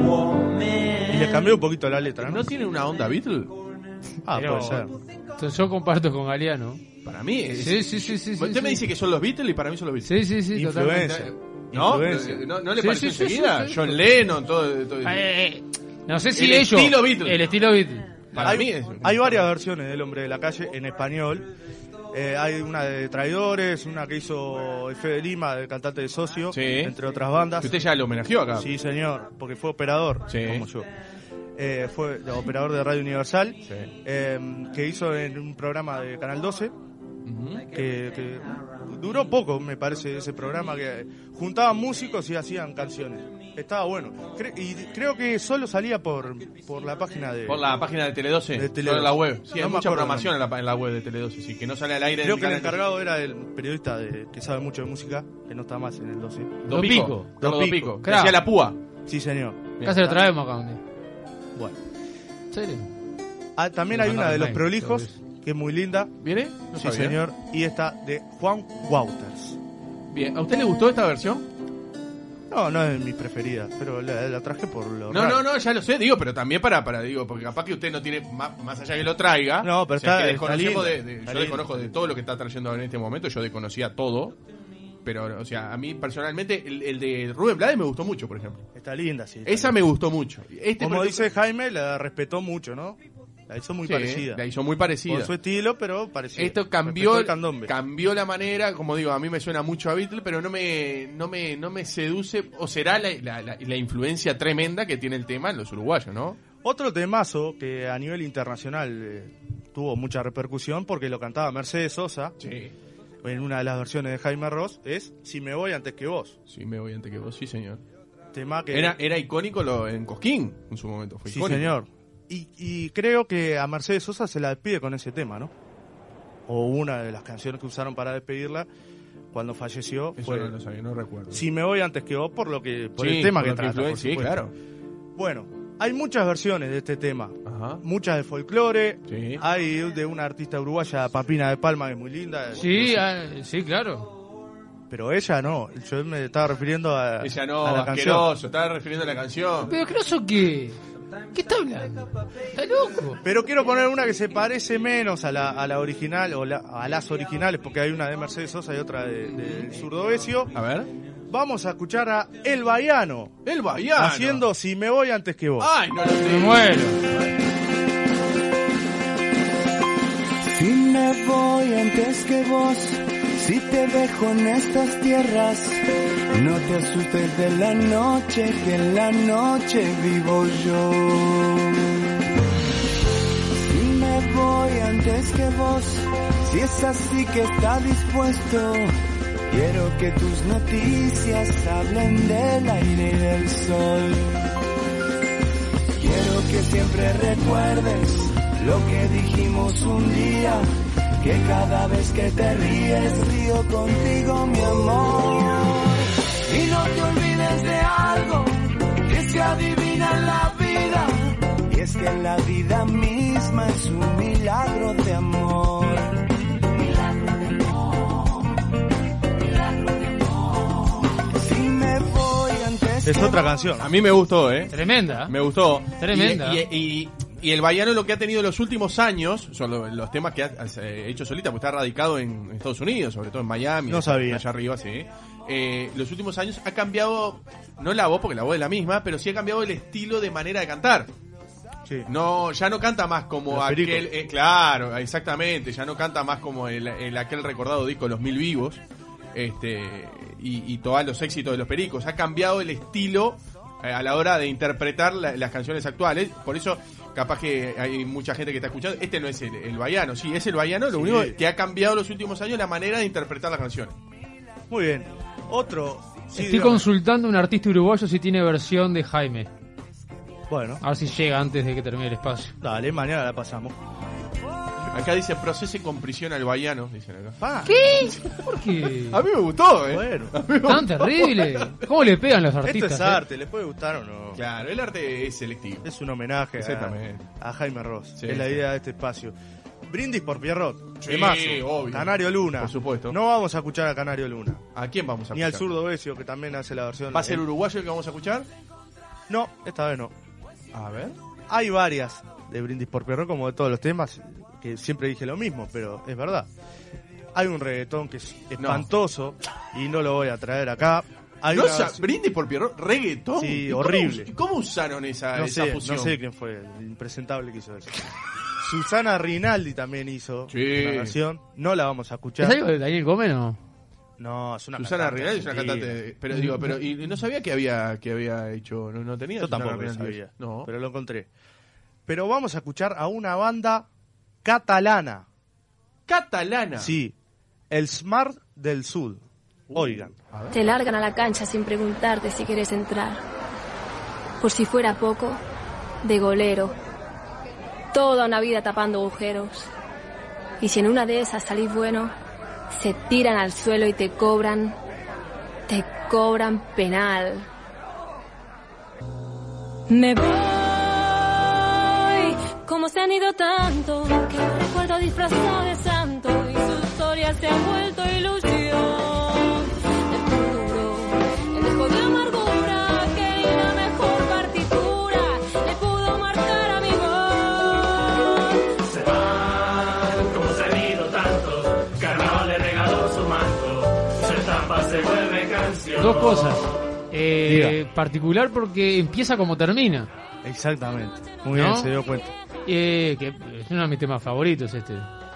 Speaker 13: woman.
Speaker 7: Y le cambió un poquito la letra.
Speaker 6: ¿No tiene una onda Beatle?
Speaker 7: Ah,
Speaker 8: Pero-
Speaker 7: puede ser.
Speaker 8: Entonces yo comparto con Galeano.
Speaker 6: Para mí es-
Speaker 8: Sí, sí, sí. sí,
Speaker 6: Usted
Speaker 8: sí,
Speaker 6: me
Speaker 8: sí.
Speaker 6: dice que son los Beatles y para mí son los Beatles. Eh,
Speaker 8: Sí, sí, sí, Influencia. totalmente.
Speaker 6: ¿No? Eh,
Speaker 8: Influencia.
Speaker 6: ¿No, no le
Speaker 8: Sí,
Speaker 6: pareció
Speaker 8: sí, sí,
Speaker 6: enseguida?
Speaker 8: sí, sí.
Speaker 6: John Lennon, todo. todo-
Speaker 8: Eh, No sé si
Speaker 6: el
Speaker 8: ellos.
Speaker 6: estilo Beatles.
Speaker 8: El estilo Beatles.
Speaker 6: Para
Speaker 7: hay,
Speaker 6: mí es-
Speaker 7: hay varias versiones del Hombre de la Calle en español. Eh, hay una de Traidores, una que hizo Fede Lima, del cantante de Socio, entre otras bandas.
Speaker 6: Que usted ya lo homenajeó acá.
Speaker 7: Sí, señor, porque fue operador, como yo. Eh, fue operador de Radio Universal, eh, que hizo en un programa de Canal 12, que, que duró poco, me parece, ese programa, que juntaban músicos y hacían canciones. Estaba bueno. Cre- y creo que solo salía por, por la página de...
Speaker 6: Por la página de Tele 12.
Speaker 7: De Tele
Speaker 6: en la
Speaker 7: 12.
Speaker 6: web. Sí, hay
Speaker 7: No me
Speaker 6: mucha
Speaker 7: acuerdo
Speaker 6: programación en la, en la web de Tele 12. Sí, que no sale al aire.
Speaker 7: Creo
Speaker 6: en
Speaker 7: que el
Speaker 6: canal-
Speaker 7: encargado era el periodista de- que sabe mucho de música, que no está más en el 12.
Speaker 6: Don Pico. Pico. Carlos
Speaker 7: Don
Speaker 6: Don
Speaker 7: Pico.
Speaker 6: Pico. Que hacía la púa.
Speaker 7: Sí, señor.
Speaker 8: Casi lo traemos acá un día.
Speaker 7: Bueno.
Speaker 8: Serio.
Speaker 7: Ah, también hay
Speaker 8: Nos
Speaker 7: una de los
Speaker 8: mandaron mail,
Speaker 7: prolijos, que es muy linda.
Speaker 6: ¿Viene? No
Speaker 7: sí,
Speaker 6: sabía.
Speaker 7: señor. Y esta de Juan Wouters.
Speaker 6: Bien. ¿A usted le gustó esta versión?
Speaker 7: No, no es mi preferida, pero la, la traje por lo
Speaker 6: No,
Speaker 7: raro.
Speaker 6: no, no, ya lo sé, digo, pero también para, para, digo, porque capaz que usted no tiene, más, más allá que lo traiga.
Speaker 7: No, pero
Speaker 6: o sea,
Speaker 7: está-
Speaker 6: que
Speaker 7: está
Speaker 6: desconocemos
Speaker 7: linda,
Speaker 6: de- de-
Speaker 7: está
Speaker 6: yo
Speaker 7: linda.
Speaker 6: desconozco de todo lo que está trayendo ahora en este momento, yo desconocía todo. Pero, o sea, a mí personalmente, el, el de Rubén Blades me gustó mucho, por ejemplo.
Speaker 7: Está linda, sí. está
Speaker 6: Esa me gustó mucho. Este,
Speaker 7: Como
Speaker 6: por ejemplo,
Speaker 7: dice Jaime, la respetó mucho, ¿no? La hizo muy
Speaker 6: Sí, eh,
Speaker 7: parecida.
Speaker 6: la hizo muy parecida.
Speaker 7: Por su estilo, pero parecida.
Speaker 6: Esto
Speaker 7: Respetó
Speaker 6: cambió,
Speaker 7: el candombe.
Speaker 6: cambió la manera, como digo, a mí me suena mucho a Beatle, pero no me, no me, no me seduce, o será la, la- la- la influencia tremenda que tiene el tema en los uruguayos, ¿no?
Speaker 7: Otro temazo que a nivel internacional eh, tuvo mucha repercusión porque lo cantaba Mercedes Sosa en una de las versiones de Jaime Ross es Si me voy antes que vos.
Speaker 6: Si me voy antes que vos, sí, señor.
Speaker 7: Tema que
Speaker 6: Era, era icónico lo, en Cosquín, en su momento. Fue
Speaker 7: Sí,
Speaker 6: icónico.
Speaker 7: señor. Y, y creo que a Mercedes Sosa se la despide con ese tema, ¿no? O una de las canciones que usaron para despedirla cuando falleció
Speaker 6: Eso
Speaker 7: fue
Speaker 6: no lo sabía, no recuerdo.
Speaker 7: Si me voy antes que vos por lo que por
Speaker 6: Sí,
Speaker 7: el tema
Speaker 6: por
Speaker 7: que
Speaker 6: lo que
Speaker 7: trata.
Speaker 6: influen-
Speaker 7: por
Speaker 6: sí,
Speaker 7: supuesto.
Speaker 6: claro.
Speaker 7: Bueno, hay muchas versiones de este tema. Muchas de folclore, hay de una artista uruguaya, Papina de Palma, que es muy linda.
Speaker 8: Sí, ah, sí, claro.
Speaker 7: Pero ella no, yo me estaba refiriendo a,
Speaker 6: Ella no,
Speaker 7: a la
Speaker 6: asqueroso,
Speaker 7: canción.
Speaker 6: estaba refiriendo a la canción.
Speaker 8: Pero grosso que. ¿Qué está hablando? Está loco.
Speaker 7: Pero quiero poner una que se parece menos a la, a la original o la- a las originales, porque hay una de Mercedes Sosa y otra de- del Zurdovesio.
Speaker 6: A ver.
Speaker 7: Vamos a escuchar a El Baiano.
Speaker 6: El Baiano. Ah.
Speaker 7: Haciendo Si me voy antes que vos.
Speaker 6: ¡Ay, no lo sé!
Speaker 7: Me muero.
Speaker 14: Si me voy antes que vos, si te dejo en estas tierras, no te asustes de la noche, que en la noche vivo yo. Si me voy antes que vos, si es así que está dispuesto, quiero que tus noticias hablen del aire y del sol. Quiero que siempre recuerdes lo que dijimos un día, que cada vez que te ríes río contigo mi amor. Y no te olvides de algo que se adivina en la vida, y es que la vida misma es un milagro de amor. Si me voy antes
Speaker 7: Es otra canción.
Speaker 6: A mí me gustó, ¿eh?
Speaker 8: Tremenda.
Speaker 6: Me gustó.
Speaker 8: Tremenda.
Speaker 6: Y, y- y- y el baiano lo que ha tenido en los últimos años son lo- los temas que ha eh, hecho solita, porque está radicado en Estados Unidos, sobre todo en Miami.
Speaker 7: No sabía.
Speaker 6: Allá arriba, sí. Eh, los últimos años ha cambiado, no la voz, porque la voz es la misma, pero sí ha cambiado el estilo de manera de cantar. Ah. No, ya no canta más como
Speaker 7: Los pericos.
Speaker 6: aquel, eh, claro, exactamente, ya no canta más como el, el aquel recordado disco Los Mil Vivos, este, y, y todos los éxitos de los pericos. Ha cambiado el estilo eh, a la hora de interpretar la- las canciones actuales. Por eso, capaz que hay mucha gente que está escuchando. Este no es el, el baiano, sí, es el baiano. Lo
Speaker 7: Sí.
Speaker 6: único que ha cambiado los últimos años es la manera de interpretar las canciones.
Speaker 7: Muy bien. Otro. Sí,
Speaker 8: Estoy
Speaker 7: dígame.
Speaker 8: consultando a un artista uruguayo si tiene versión de Jaime.
Speaker 7: Bueno.
Speaker 8: A ver si llega antes de que termine el espacio.
Speaker 7: Dale, mañana la pasamos.
Speaker 6: Acá dice procese con prisión al baiano, dicen acá.
Speaker 8: ¿Qué? ¿Por qué?
Speaker 6: [laughs] A mí me gustó, ¿eh? A mí me
Speaker 8: Tan
Speaker 6: gustó.
Speaker 8: terrible. ¿Cómo le pegan los
Speaker 7: Esto
Speaker 8: artistas?
Speaker 7: es
Speaker 8: eh?
Speaker 7: arte, ¿les puede gustar o no?
Speaker 6: Claro, el arte es selectivo.
Speaker 7: Es un homenaje
Speaker 6: Exactamente.
Speaker 7: a, a Jaime Ross.
Speaker 6: Sí,
Speaker 7: es la
Speaker 6: sí.
Speaker 7: idea de este espacio. Brindis por Pierrot.
Speaker 6: Sí,
Speaker 7: Temazo.
Speaker 6: obvio.
Speaker 7: Canario Luna.
Speaker 6: Por supuesto.
Speaker 7: No vamos a escuchar a Canario Luna.
Speaker 6: ¿A quién vamos a
Speaker 7: Ni al
Speaker 6: escuchar?
Speaker 7: zurdo Besio, que también hace la versión.
Speaker 6: ¿Va a ser
Speaker 7: eh,
Speaker 6: uruguayo el que vamos a escuchar?
Speaker 7: No, esta vez no.
Speaker 6: A ver.
Speaker 7: Hay varias de Brindis por Pierrot, como de todos los temas, que siempre dije lo mismo, pero es verdad. Hay un reggaetón que es espantoso y no lo voy a traer acá. Hay
Speaker 6: No
Speaker 7: una
Speaker 6: sa-
Speaker 7: versión-
Speaker 6: brindis por Pierrot, reggaetón.
Speaker 7: Sí,
Speaker 6: ¿Y cómo
Speaker 7: horrible.
Speaker 6: us- ¿Y cómo usaron esa,
Speaker 7: no
Speaker 6: esa
Speaker 7: sé,
Speaker 6: fusión?
Speaker 7: No sé quién fue el impresentable que hizo eso. [laughs] Susana Rinaldi también hizo
Speaker 6: Sí.
Speaker 7: una versión. No la vamos a
Speaker 8: ¿Es
Speaker 7: escuchar.
Speaker 8: algo de Daniel Gómez no?
Speaker 7: No, es una
Speaker 6: Susana
Speaker 7: cantante
Speaker 6: Real es una
Speaker 7: argentina.
Speaker 6: cantante. Pero digo, pero y, y no sabía que había que había hecho, no, no tenía.
Speaker 7: Yo
Speaker 6: Susana
Speaker 7: tampoco lo
Speaker 6: Rinaldi.
Speaker 7: sabía,
Speaker 6: No.
Speaker 7: pero lo encontré. Pero vamos a escuchar a una banda catalana.
Speaker 6: Catalana.
Speaker 7: Sí, el Smart del Sud. Oigan.
Speaker 15: Te largan a la cancha sin preguntarte si quieres entrar. Por si fuera poco, de golero. Toda una vida tapando agujeros. Y si en una de esas salís bueno, se tiran al suelo y te cobran. Te cobran penal. Me
Speaker 16: voy, como se han ido tanto, que el recuerdo disfrazado de santo y su historia se ha vuelto ilusión. El puro, el dejo de amargura que la mejor partitura le pudo marcar a mi voz.
Speaker 17: se van, como se han ido tantos, carnaval le regaló su manto, se tapa, se vuelve canción.
Speaker 8: Dos cosas. Eh, particular porque empieza como termina.
Speaker 7: Exactamente. Muy
Speaker 8: ¿No?
Speaker 7: bien, se dio cuenta.
Speaker 8: Eh, que es uno de mis temas favoritos este.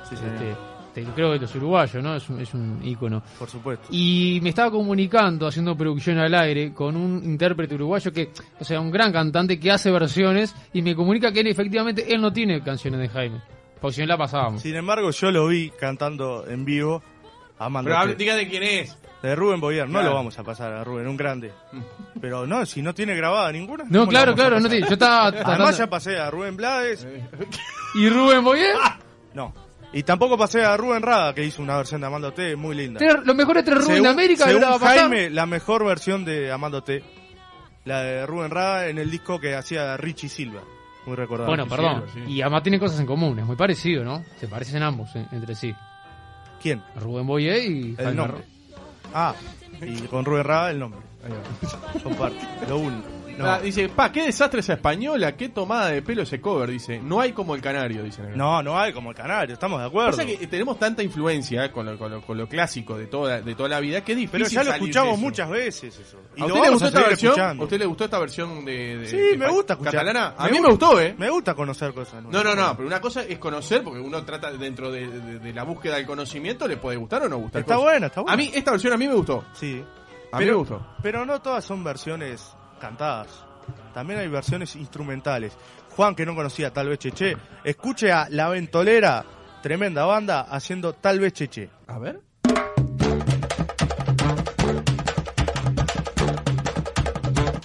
Speaker 7: señor.
Speaker 8: Este, te- creo que los uruguayos, ¿no? Es un, es un ícono.
Speaker 7: Por supuesto.
Speaker 8: Y me estaba comunicando, haciendo producción al aire, con un intérprete uruguayo que, o sea, un gran cantante que hace versiones y me comunica que él efectivamente él no tiene canciones de Jaime. Porque si no la pasábamos.
Speaker 7: Sin embargo, yo lo vi cantando en vivo a
Speaker 6: Pero ah, hable-
Speaker 7: Mandote.
Speaker 6: diga de quién es.
Speaker 7: De Rubén Boyer, no
Speaker 6: Claro.
Speaker 7: lo vamos a pasar a Rubén, un grande. Pero no, si no tiene grabada ninguna.
Speaker 8: No,
Speaker 7: ¿cómo la
Speaker 8: claro,
Speaker 7: vamos a
Speaker 8: claro, no
Speaker 7: pasar?
Speaker 8: tiene- yo estaba
Speaker 7: [laughs]
Speaker 8: tratando-
Speaker 7: Además ya pasé a Rubén Blades.
Speaker 8: ¿Y Rubén Boyer?
Speaker 7: Ah. No. Y tampoco pasé a Rubén Rada, que hizo una versión de Amando T muy linda.
Speaker 8: Tres- los mejores tres Rubén de América,
Speaker 7: según
Speaker 8: ahora va a pasar.
Speaker 7: Jaime, la mejor versión de Amando T. La de Rubén Rada en el disco que hacía Richie Silva. Muy recordado.
Speaker 8: Bueno, perdón. Y además tienen cosas en común, es muy parecido, ¿no? Se parecen ambos eh, entre sí.
Speaker 7: ¿Quién?
Speaker 8: Rubén Boyer y
Speaker 7: El
Speaker 8: Jaime
Speaker 7: nombre.
Speaker 8: Ro-
Speaker 7: Ah, y con Rubén Rada el nombre. Comparte. Lo uno. No.
Speaker 6: Ah, dice, pa, qué desastre esa española, qué tomada de pelo ese cover, dice. No hay como el canario, dicen acá.
Speaker 7: No, no hay como el canario, estamos de acuerdo.
Speaker 6: Pasa que tenemos tanta influencia con lo, con lo- con lo clásico de toda, de toda la vida que es difícil.
Speaker 7: Pero ya lo
Speaker 6: salir de
Speaker 7: escuchamos
Speaker 6: eso.
Speaker 7: muchas veces eso. Y
Speaker 6: ¿A usted, le
Speaker 7: lo vamos
Speaker 6: gustó
Speaker 7: a
Speaker 6: esta
Speaker 7: seguir
Speaker 6: versión? ¿A
Speaker 7: escuchando.
Speaker 6: usted le gustó esta versión de, de-
Speaker 7: Sí,
Speaker 6: de
Speaker 7: me
Speaker 6: pa-
Speaker 7: gusta escuchar.
Speaker 6: catalana? A
Speaker 7: Me
Speaker 6: mí me
Speaker 7: gusta-
Speaker 6: gustó, ¿eh?
Speaker 7: Me gusta conocer cosas nuevas.
Speaker 6: No, no, no, pero una cosa es conocer, porque uno trata dentro de, de- de la búsqueda del conocimiento, le puede gustar o no gustar.
Speaker 7: Está
Speaker 6: cosas.
Speaker 7: buena, está buena.
Speaker 6: A mí, esta versión a mí me gustó.
Speaker 7: Sí.
Speaker 6: A mí me gustó.
Speaker 7: Pero no todas son versiones cantadas. También hay versiones instrumentales. Juan, que no conocía Tal vez Cheche, escuche a La Ventolera, tremenda banda, haciendo Tal vez Cheche.
Speaker 6: A ver.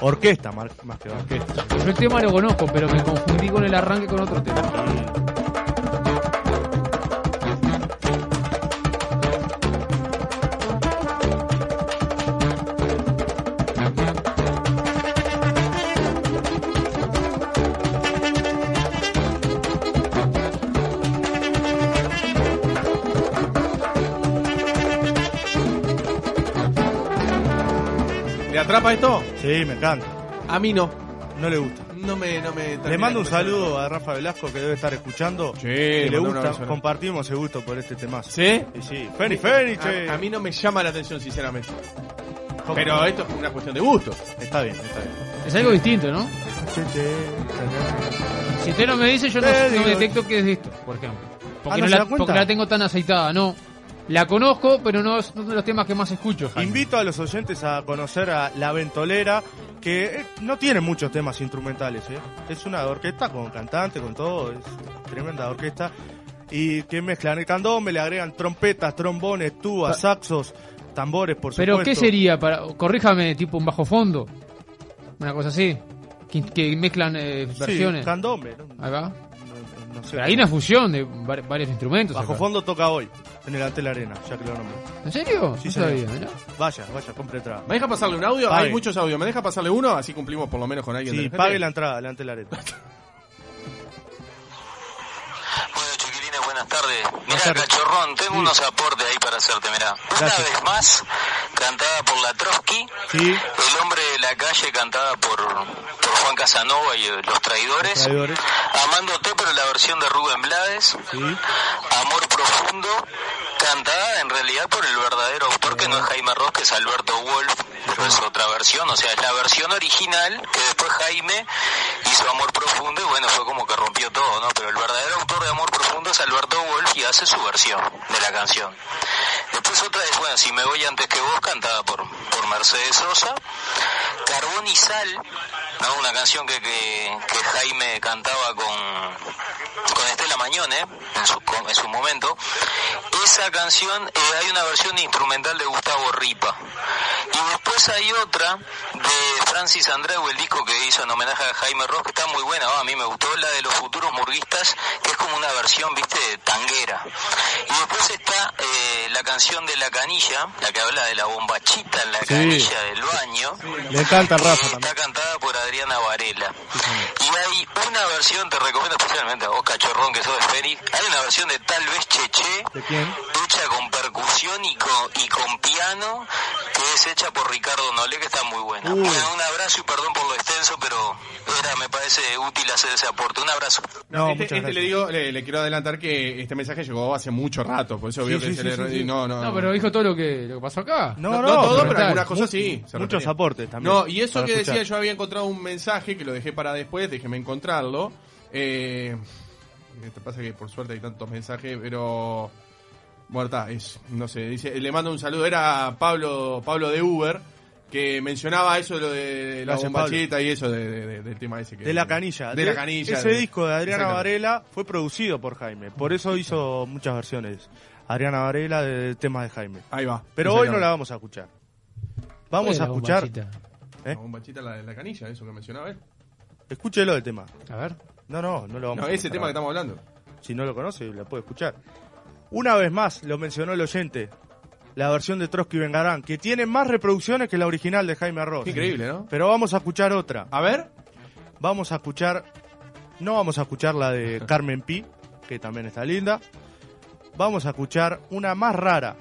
Speaker 7: Orquesta, mar- más que orquesta.
Speaker 8: Yo el tema lo conozco, pero me confundí con el arranque con otro tema.
Speaker 6: ¿Le atrapa esto?
Speaker 7: Sí, me encanta.
Speaker 6: A mí no.
Speaker 7: No le gusta.
Speaker 6: No me, no me
Speaker 7: Le
Speaker 6: termina
Speaker 7: mando un
Speaker 6: de convencer.
Speaker 7: saludo a Rafa Velasco que debe estar escuchando. Sí, le
Speaker 6: mandó un
Speaker 7: gusta.
Speaker 6: abrazo, ¿no?
Speaker 7: Compartimos el gusto por este temazo.
Speaker 6: ¿Sí? Ah,
Speaker 7: Y sí. Feni, Feni, che.
Speaker 6: a, a mí no me llama la atención, sinceramente. Pero esto es una cuestión de gusto.
Speaker 7: Está bien, está bien.
Speaker 8: Es algo distinto, ¿no? Si usted no me dice, yo no,
Speaker 7: Te
Speaker 8: no
Speaker 7: digo-
Speaker 8: detecto que es esto, por ejemplo. Porque,
Speaker 7: Ah, ¿no
Speaker 8: no
Speaker 7: se
Speaker 8: la,
Speaker 7: da cuenta?
Speaker 8: porque la tengo tan aceitada, no. La conozco, pero no es uno de los temas que más escucho. Jaime.
Speaker 7: Invito a los oyentes a conocer a La Ventolera, que eh, no tiene muchos temas instrumentales. ¿eh? Es una orquesta con cantante, con todo, es tremenda orquesta. Y que mezclan el candombe, le agregan trompetas, trombones,
Speaker 6: Ah.
Speaker 7: tubas,
Speaker 8: Pa-
Speaker 7: saxos, tambores, por supuesto.
Speaker 8: Pero ¿qué sería para, corríjame, tipo un bajo fondo? Una cosa así. Que, que mezclan eh,
Speaker 7: Sí,
Speaker 8: versiones.
Speaker 7: candombe, ¿no?
Speaker 8: Ahí va.
Speaker 7: No sé.
Speaker 8: Pero hay una fusión de var- varios instrumentos.
Speaker 7: Bajo
Speaker 8: acá.
Speaker 7: fondo toca hoy, en el Antel Arena, ya que lo nombré.
Speaker 8: ¿En serio?
Speaker 7: Sí,
Speaker 8: No
Speaker 7: señor.
Speaker 8: sabía, mirá.
Speaker 7: Vaya, vaya, compre entrada.
Speaker 6: ¿Me deja pasarle un audio?
Speaker 7: Pague.
Speaker 6: Hay muchos audios. ¿Me deja pasarle uno? Así cumplimos por lo menos con alguien. de
Speaker 7: Sí,
Speaker 6: gente.
Speaker 7: pague la entrada, el Antel Arena.
Speaker 6: [laughs]
Speaker 18: Buenas tardes. Mirá, cachorrón, tengo unos aportes ahí para hacerte, mirá. Una
Speaker 7: Gracias.
Speaker 18: vez más, cantada por la Trotsky,
Speaker 7: Sí,
Speaker 18: El hombre de la calle, cantada por, por Juan Casanova y eh, Los Traidores.
Speaker 7: traidores.
Speaker 18: Amándote, pero la versión de Rubén Blades. Amor Profundo, cantada en realidad por el verdadero autor, que no es Jaime Ross, que es Alberto Wolf, pero es otra versión, o sea, es la versión original que después Jaime hizo Amor Profundo y bueno, fue como que rompió todo, ¿no? Pero el verdadero autor de Amor Profundo es Alberto Wolf y hace su versión de la canción. Después otra es, bueno, si me voy antes que vos, cantada por, por Mercedes Sosa. Carbón y Sal, ¿no? una canción que, que, que Jaime cantaba con, con Estela Mañone en su, con- en su momento. Esa canción, eh, hay una versión instrumental de Gustavo Ripa. Y después hay otra de Francis Andreu, el disco que hizo en homenaje a Jaime Ross, que está muy buena, va, a mí me gustó, la de los futuros murguistas, que es como una versión, viste, tanguera. Y después está eh, la canción de La Canilla, la que habla de la bombachita en la
Speaker 7: Sí.
Speaker 18: canilla del baño.
Speaker 7: Le encanta el Rafa
Speaker 18: que
Speaker 7: también.
Speaker 18: Está cantada por Adriana Varela. Y hay una versión, te recomiendo especialmente a vos, cachorrón, que sos de Fénix, hay una versión de Tal vez Cheche,
Speaker 7: ¿De quién?
Speaker 18: hecha con percusión y con, y con piano, que es hecha por Ricardo Nolé, que está muy buena.
Speaker 7: Uy.
Speaker 18: Bueno, un abrazo y perdón por lo extenso, pero era, me parece útil hacer ese aporte. Un abrazo.
Speaker 7: No,
Speaker 6: este,
Speaker 7: muchas
Speaker 6: este
Speaker 7: gracias.
Speaker 6: le digo, le, le quiero adelantar que este mensaje llegó hace mucho rato, por eso
Speaker 7: Sí,
Speaker 6: veo que
Speaker 7: sí,
Speaker 6: se
Speaker 7: sí,
Speaker 6: le
Speaker 7: sí, sí.
Speaker 6: no, no,
Speaker 8: No, pero dijo todo lo que, lo que pasó acá.
Speaker 7: No,
Speaker 6: No,
Speaker 7: no,
Speaker 6: no todo, pero
Speaker 7: está-
Speaker 6: algunas cosas sí. se
Speaker 7: Muchos
Speaker 6: refería.
Speaker 7: aportes también.
Speaker 6: No, y eso
Speaker 7: para
Speaker 6: que
Speaker 7: escuchar.
Speaker 6: decía, yo había encontrado un mensaje que lo dejé para después, déjeme encontrarlo. Eh, te pasa que por suerte hay tantos mensajes, pero. Muerta, es, no sé, dice, le mando un saludo, era Pablo, Pablo de Uber, que mencionaba eso de lo de la
Speaker 7: Gracias,
Speaker 6: bombachita y eso de- de- de- del tema ese que.
Speaker 7: De la canilla.
Speaker 6: De la canilla.
Speaker 7: Ese
Speaker 6: de-
Speaker 7: disco de Adriana
Speaker 6: Exactamente.
Speaker 7: Varela fue producido por Jaime. Por eso hizo muchas versiones. Adriana Varela de temas de Jaime.
Speaker 6: Ahí va.
Speaker 7: Pero hoy no
Speaker 6: Exactamente.
Speaker 7: la vamos a escuchar. Vamos
Speaker 6: Oye,
Speaker 7: a
Speaker 6: la
Speaker 7: escuchar.
Speaker 6: bombachita.
Speaker 7: ¿Eh?
Speaker 6: La bombachita, la de la canilla, eso que mencionaba él.
Speaker 7: Escúchelo el tema.
Speaker 8: A ver.
Speaker 7: No, no, no lo vamos
Speaker 6: No,
Speaker 7: a
Speaker 6: ese tema
Speaker 7: escuchar
Speaker 6: que
Speaker 7: ahora.
Speaker 6: estamos hablando.
Speaker 7: Si no lo conoce, la puede escuchar. Una vez más, lo mencionó el oyente. La versión de Trotsky Vengarán, que tiene más reproducciones que la original de Jaime Arroz.
Speaker 6: Qué increíble, ¿no?
Speaker 7: Pero vamos a escuchar otra.
Speaker 6: A ver.
Speaker 7: Vamos a escuchar. No vamos a escuchar la
Speaker 6: [laughs]
Speaker 7: de Carmen Pi, que también está linda. Vamos a escuchar una más rara,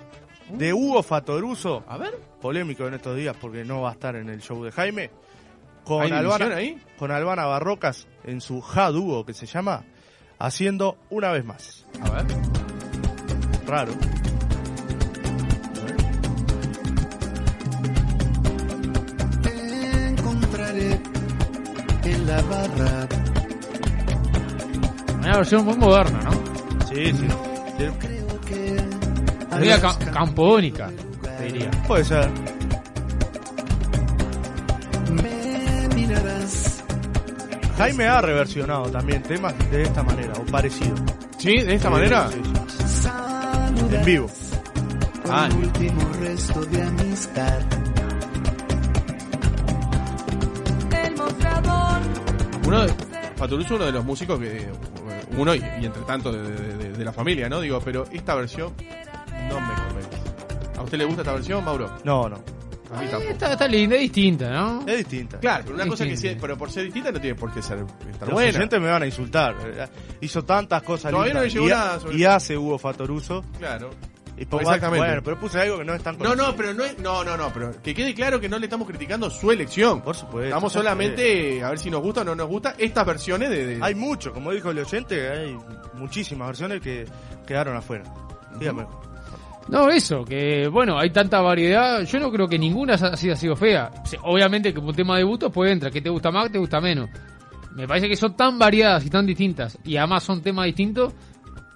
Speaker 7: de Hugo Fatoruso.
Speaker 6: Uh. A ver.
Speaker 7: Polémico en estos días porque no va a estar en el show de Jaime. Con
Speaker 6: ¿Hay
Speaker 7: Albana,
Speaker 6: división ahí?
Speaker 7: con Albana Barrocas en su Ja Dúo que se llama, haciendo una vez más.
Speaker 6: A ver.
Speaker 7: Raro.
Speaker 14: Te encontraré en la barra.
Speaker 8: Una versión muy moderna, ¿no?
Speaker 7: Sí, sí.
Speaker 8: Sería ca- campodónica, te diría.
Speaker 7: Eh, Puede ser.
Speaker 14: Me mirarás.
Speaker 7: Jaime ha reversionado también temas de esta manera, o parecido.
Speaker 6: ¿Sí? ¿De esta manera?
Speaker 7: sí, sí. En vivo.
Speaker 14: Ah. último resto de amistad.
Speaker 16: El mostrador.
Speaker 6: Uno de, Fatoruso, uno de los músicos que. Uno y, y entre tanto de, de- de- de la familia, ¿no? Digo, pero esta versión no me convence. ¿A usted le gusta esta versión, Mauro?
Speaker 7: No, no.
Speaker 6: A mí tampoco.
Speaker 8: Está, está linda, es distinta, ¿no?
Speaker 7: Es distinta.
Speaker 6: Claro, pero una cosa que sí, pero por ser distinta no tiene por qué ser estar
Speaker 7: Los
Speaker 6: buena.
Speaker 7: oyentes me van a insultar. Eh, Hizo tantas cosas
Speaker 6: Todavía no
Speaker 7: lindas.
Speaker 6: me llegó
Speaker 7: y, ha-
Speaker 6: nada sobre-
Speaker 7: y hace Hugo Fatoruso.
Speaker 6: Claro.
Speaker 7: Y pongo-
Speaker 6: Exactamente.
Speaker 7: Bueno, pero puse algo que no es tan
Speaker 6: No, no, pero no es, no, no, no, pero que quede claro que no le estamos criticando su elección. Por
Speaker 7: supuesto.
Speaker 6: Estamos solamente eh, a ver si nos gusta o no nos gusta estas versiones de, de-
Speaker 7: Hay mucho, como dijo el oyente, hay muchísimas versiones que quedaron afuera. Dígame.
Speaker 8: No, eso, que bueno, hay tanta variedad. Yo no creo que ninguna ha sido, ha sido fea. O sea, Obviamente que por tema de gustos puede entrar, que te gusta más, que te gusta menos. Me parece que son tan variadas y tan distintas, y además son temas distintos,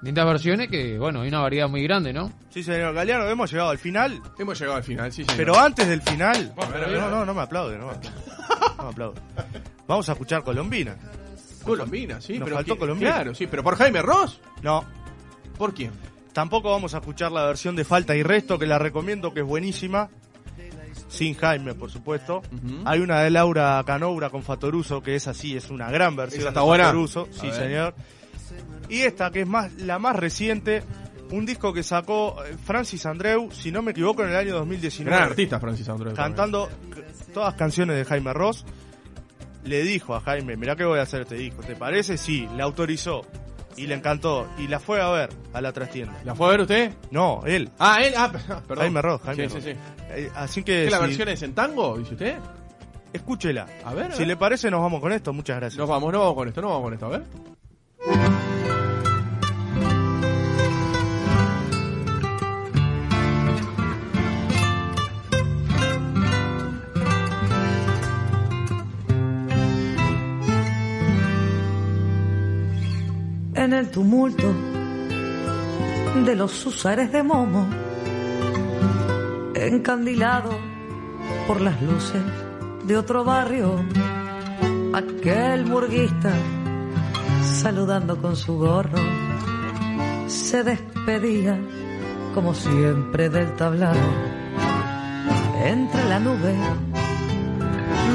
Speaker 8: distintas versiones que, bueno, hay una variedad muy grande, ¿no?
Speaker 7: Sí, señor Galeano, hemos llegado al final.
Speaker 6: Hemos llegado al final, sí, señor.
Speaker 7: Pero antes del final.
Speaker 6: Bueno, pero-
Speaker 7: no, no, no me aplaude, no me aplaude. No me aplaude. Vamos a escuchar Colombina.
Speaker 6: Colombina, sí.
Speaker 7: Nos
Speaker 6: pero
Speaker 7: faltó
Speaker 6: que-
Speaker 7: Colombina.
Speaker 6: Claro, sí, pero por Jaime Ross.
Speaker 7: No.
Speaker 6: ¿Por quién?
Speaker 7: Tampoco vamos a escuchar la versión de Falta y Resto, que la recomiendo, que es buenísima. Sin Jaime, por supuesto. Hay una de Laura Canoura con Fatoruso, que es así, es una gran versión
Speaker 6: Esa está
Speaker 7: de
Speaker 6: buena.
Speaker 7: Fatoruso.
Speaker 6: A
Speaker 7: Sí,
Speaker 6: ver.
Speaker 7: señor. Y esta, que es más la más reciente, un disco que sacó eh, Francis Andreu, si no me equivoco, en el año 2019.
Speaker 6: Gran artista, Francis Andrés.
Speaker 7: cantando c- todas canciones de Jaime Ross. Le dijo a Jaime, mirá que voy a hacer este disco, ¿te parece? Sí, la autorizó y le encantó y la fue a ver a la trastienda.
Speaker 6: ¿La fue a ver usted?
Speaker 7: No, él.
Speaker 6: Ah, él, ah, perdón.
Speaker 7: Jaime Ross, Jaime
Speaker 6: Sí,
Speaker 7: Ross.
Speaker 6: sí, sí.
Speaker 7: Eh, Así que...
Speaker 6: ¿Qué, la
Speaker 7: si-
Speaker 6: versión es en tango, dice usted?
Speaker 7: Escúchela.
Speaker 6: A ver. a
Speaker 7: Si
Speaker 6: ver.
Speaker 7: le parece, nos vamos con esto. Muchas gracias.
Speaker 6: Nos vamos, nos vamos con esto, nos vamos con esto, a ver.
Speaker 19: en el tumulto de los susares de momo, encandilado por las luces de otro barrio, aquel burguista saludando con su gorro se despedía como siempre del tablado entre la nube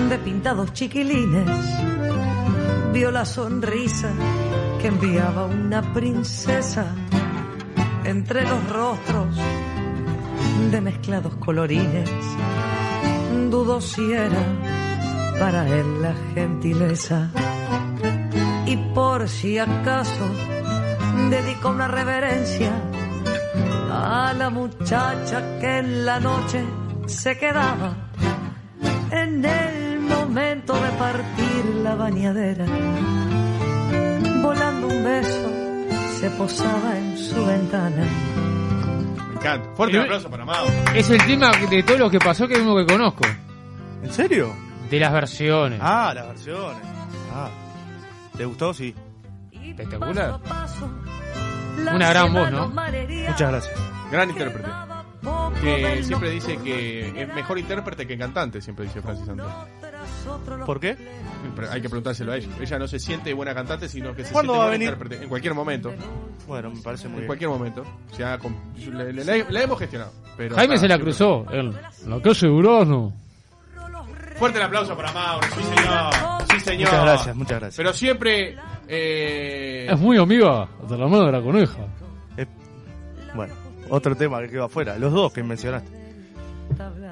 Speaker 19: de pintados chiquilines vio la sonrisa que enviaba una princesa entre los rostros de mezclados colorines. Dudó si era para él la gentileza y por si acaso dedicó una reverencia a la muchacha que en la noche se quedaba en el momento de partir la bañadera. Volando un beso se posaba en su ventana.
Speaker 6: Me encanta. Fuerte
Speaker 8: El-
Speaker 6: aplauso para Amado.
Speaker 8: Es el tema de todos los que pasó que es uno que conozco.
Speaker 7: ¿En serio?
Speaker 8: De las versiones.
Speaker 7: Ah, las versiones. Ah. ¿Te gustó? Sí.
Speaker 8: Espectacular.
Speaker 6: Una gran voz, ¿no?
Speaker 7: Muchas gracias.
Speaker 6: Gran intérprete. Que siempre dice que es mejor intérprete que cantante, siempre dice Francis Andrés.
Speaker 7: ¿Por qué?
Speaker 6: Hay que preguntárselo a ella. Ella no se siente buena cantante, sino que se siente
Speaker 7: ¿Cuándo va a
Speaker 6: buena
Speaker 7: venir?
Speaker 6: intérprete. En cualquier momento.
Speaker 7: Bueno, me parece muy
Speaker 6: En
Speaker 7: bien.
Speaker 6: cualquier momento. O sea, con- le- le- la, la hemos gestionado. Pero
Speaker 8: Jaime
Speaker 6: nada,
Speaker 8: se la
Speaker 6: siempre-
Speaker 8: cruzó. Él. La calle Durazno.
Speaker 6: Fuerte el aplauso para Mauro, sí señor, sí señor.
Speaker 7: Muchas gracias, muchas gracias.
Speaker 6: Pero siempre, eh,
Speaker 8: Es muy amiga de la mano de la coneja.
Speaker 7: Eh, Bueno, otro tema que quedó afuera. Los dos que mencionaste.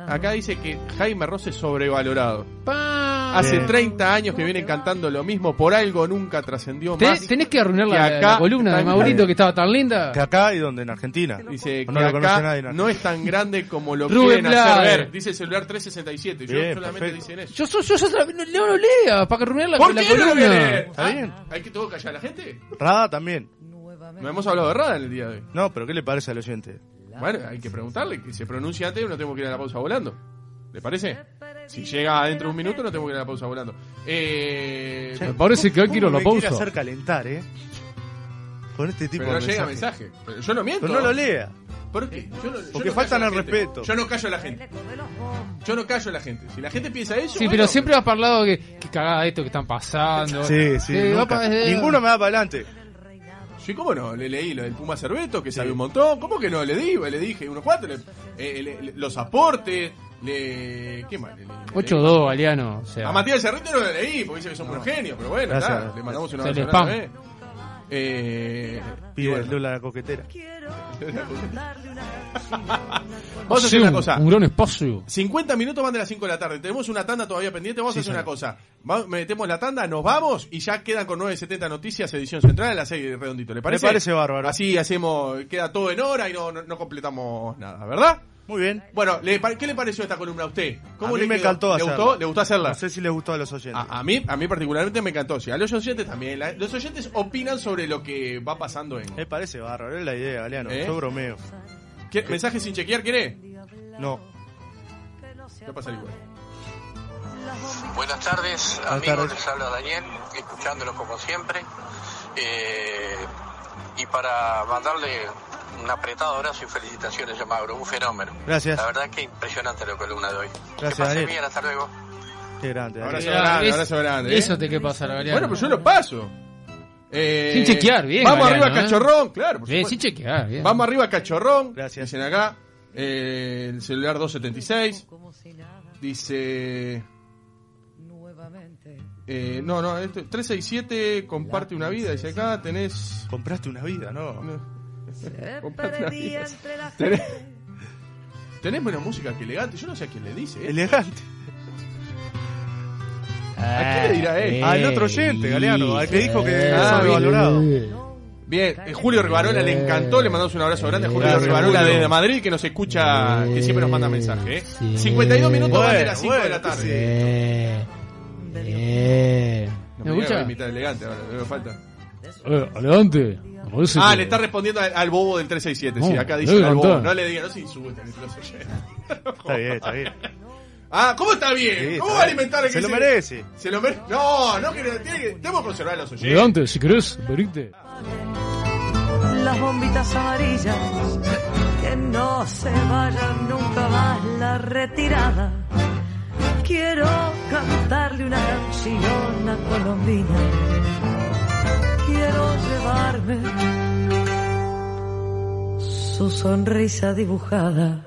Speaker 6: acá dice que Jaime Ross es sobrevalorado.
Speaker 8: Ah,
Speaker 6: Hace
Speaker 7: Bien.
Speaker 6: 30 años que vienen cantando lo mismo, por algo nunca trascendió
Speaker 8: Te-
Speaker 6: más.
Speaker 8: tenés que arruinar
Speaker 6: que
Speaker 8: la, la
Speaker 6: acá
Speaker 8: columna de
Speaker 6: está-
Speaker 8: Maurito que estaba tan linda.
Speaker 7: Que acá y donde en Argentina.
Speaker 6: Dice que
Speaker 7: No lo conoce
Speaker 6: acá
Speaker 7: nadie, no.
Speaker 6: no es tan grande como lo
Speaker 8: Rubén
Speaker 6: quieren hacer
Speaker 8: Blades.
Speaker 6: ver. Dice el celular 367, yo
Speaker 7: Bien,
Speaker 6: solamente
Speaker 7: perfecto.
Speaker 6: dicen eso.
Speaker 8: Yo, yo, yo, yo se la- no, no lo lea para que arruinar la,
Speaker 6: ¿Por
Speaker 8: la
Speaker 6: qué no lo voy a
Speaker 8: columna.
Speaker 6: leer?
Speaker 7: Está
Speaker 6: Ah,
Speaker 7: bien.
Speaker 6: ¿Hay que todo callar a la gente?
Speaker 7: Rada también.
Speaker 6: No hemos hablado de Rada en el día de hoy.
Speaker 7: No, pero ¿qué le parece al oyente?
Speaker 6: Bueno, hay que preguntarle, que se pronuncia antes, no tengo que ir a la pausa volando. ¿Le parece? Si llega dentro de un minuto, no tengo que ir a la pausa volando. Eh,
Speaker 8: Me parece que hoy quiero la
Speaker 7: Me quiere
Speaker 8: pausa.
Speaker 7: hacer calentar, ¿eh? Con este tipo
Speaker 6: pero no
Speaker 7: de
Speaker 6: llega
Speaker 7: mensajes.
Speaker 6: mensaje. Pero yo no miento.
Speaker 7: Pero no lo lea.
Speaker 6: ¿Por qué? Yo no- yo
Speaker 7: Porque
Speaker 6: no
Speaker 7: faltan
Speaker 6: callo a
Speaker 7: al
Speaker 6: la gente.
Speaker 7: respeto.
Speaker 6: Yo no callo a la gente. Yo no callo a la gente. Si la gente piensa eso.
Speaker 8: Sí, pero
Speaker 6: bueno,
Speaker 8: siempre has hablado que, que cagada esto que están pasando.
Speaker 7: Sí, sí.
Speaker 8: Eh, va
Speaker 7: nunca.
Speaker 8: pa- eh,
Speaker 7: Ninguno me da para adelante.
Speaker 6: Sí, ¿cómo no? Le leí lo del Puma Cerveto, que sabe un montón. ¿Cómo que no? Le di, le dije unos cuatro. le- eh, le- le- los aportes. Le, ¿Qué más? Le- le-
Speaker 8: 8-2, Aliano. O sea,
Speaker 6: A Matías Cerrito no lo leí, porque dice que son un genio, pero bueno,
Speaker 8: Gracias.
Speaker 6: está, le mandamos una
Speaker 8: Se
Speaker 6: abrazo
Speaker 8: les
Speaker 6: grande. Eh,
Speaker 7: Pide Lula la coquetera.
Speaker 6: Vamos a
Speaker 8: sí,
Speaker 6: hacer una
Speaker 8: un-
Speaker 6: cosa.
Speaker 8: Un gran espacio.
Speaker 6: 50 minutos van de las 5 de la tarde. Tenemos una tanda todavía pendiente. Vamos a
Speaker 8: Sí,
Speaker 6: hacer una cosa.
Speaker 8: señor.
Speaker 6: Va- metemos la tanda, nos vamos y ya quedan con 970 Noticias, edición central a las 6 de redondito. ¿Le parece?
Speaker 7: Me parece bárbaro.
Speaker 6: Así hacemos, queda todo en hora y no, no, no completamos nada, ¿verdad?
Speaker 7: Muy bien.
Speaker 6: Bueno, ¿le pa- ¿qué le pareció esta columna a usted?
Speaker 7: a mí
Speaker 6: le
Speaker 7: me
Speaker 6: quedó?
Speaker 7: encantó
Speaker 6: ¿Le
Speaker 7: hacerla. Ah,
Speaker 6: gustó? ¿Le gustó hacerla?
Speaker 7: No sé si les gustó a los oyentes.
Speaker 6: A, a mí, a mí particularmente me encantó. Sí, a los oyentes también. La- los oyentes opinan sobre lo que va pasando en.
Speaker 7: Me parece bárbaro, es la idea, Galeano.
Speaker 6: ¿Eh?
Speaker 7: Yo bromeo.
Speaker 6: ¿Qué- ¿Mensaje sin chequear quiere?
Speaker 7: No.
Speaker 6: Va a pasar igual.
Speaker 18: Buenas tardes,
Speaker 7: Buenas
Speaker 18: amigos,
Speaker 7: tardes.
Speaker 18: les habla Daniel, escuchándolos como siempre. Eh, y para mandarle un apretado abrazo y felicitaciones a Magro, un fenómeno.
Speaker 7: Gracias.
Speaker 18: La verdad que impresionante la columna de hoy.
Speaker 7: Gracias,
Speaker 18: que pasen
Speaker 7: Daniel.
Speaker 18: bien, hasta luego.
Speaker 7: Qué grande.
Speaker 6: Abrazo
Speaker 7: Daniel.
Speaker 6: grande, abrazo grande. ¿eh?
Speaker 8: Eso te que pasa, Galeano.
Speaker 6: Bueno, pues yo lo paso. Eh,
Speaker 8: Sin chequear, bien,
Speaker 6: Vamos
Speaker 8: Mariano,
Speaker 6: arriba,
Speaker 8: ¿eh?
Speaker 6: cachorrón, claro. por
Speaker 8: Bien,
Speaker 6: supuesto.
Speaker 8: sin chequear, bien.
Speaker 6: Vamos arriba, cachorrón. Gracias. Dicen acá, eh, el celular 276. Dice. Eh, no, no, este, 367, comparte una vida. Dice acá, tenés.
Speaker 7: Compraste una vida, no.
Speaker 6: Compraste una vida. Tenés,
Speaker 7: gente.
Speaker 6: tenés buena música, que elegante. Yo no sé a quién le dice. ¿eh?
Speaker 7: Elegante.
Speaker 6: ¿A quién le dirá
Speaker 8: Eh,
Speaker 6: él?
Speaker 7: Al otro oyente, Galeano, al que dijo que
Speaker 6: Ah,
Speaker 7: estaba
Speaker 6: bien.
Speaker 7: valorado.
Speaker 6: Bien, eh, Julio Rivarola le encantó, le mandamos un abrazo grande a Julio
Speaker 7: Gracias,
Speaker 6: Rivarola
Speaker 7: Julio.
Speaker 6: desde Madrid que nos escucha, que siempre nos manda mensaje. ¿eh? 52 minutos
Speaker 7: Bueno,
Speaker 6: más de las 5 de
Speaker 7: bueno,
Speaker 6: la tarde.
Speaker 8: Bien. Bien.
Speaker 6: No digas
Speaker 8: ¿Me
Speaker 6: que
Speaker 8: escucha?
Speaker 6: es mitad elegante, ahora, me falta.
Speaker 8: Eh, adelante. Me parece
Speaker 6: Ah,
Speaker 8: que-
Speaker 6: le está respondiendo al, al bobo del 367, sí,
Speaker 8: No,
Speaker 6: acá
Speaker 8: le
Speaker 6: dice al
Speaker 8: encantó.
Speaker 6: bobo. No le diga, no se insulten, no se oyen.
Speaker 7: [laughs] Está bien, está bien.
Speaker 6: Ah, ¿cómo está bien?
Speaker 7: Sí,
Speaker 6: ¿Cómo
Speaker 7: está
Speaker 6: va a
Speaker 7: bien.
Speaker 6: alimentar el
Speaker 7: Se
Speaker 6: que
Speaker 7: lo merece.
Speaker 6: Se lo merece. No, no, que, tiene que, tenemos que conservar a los oyentes.
Speaker 8: Adelante, si querés, venite.
Speaker 19: Las bombitas amarillas, que no se vayan nunca más la retirada. Quiero cantarle una canción a Colombina. Quiero llevarme su sonrisa dibujada.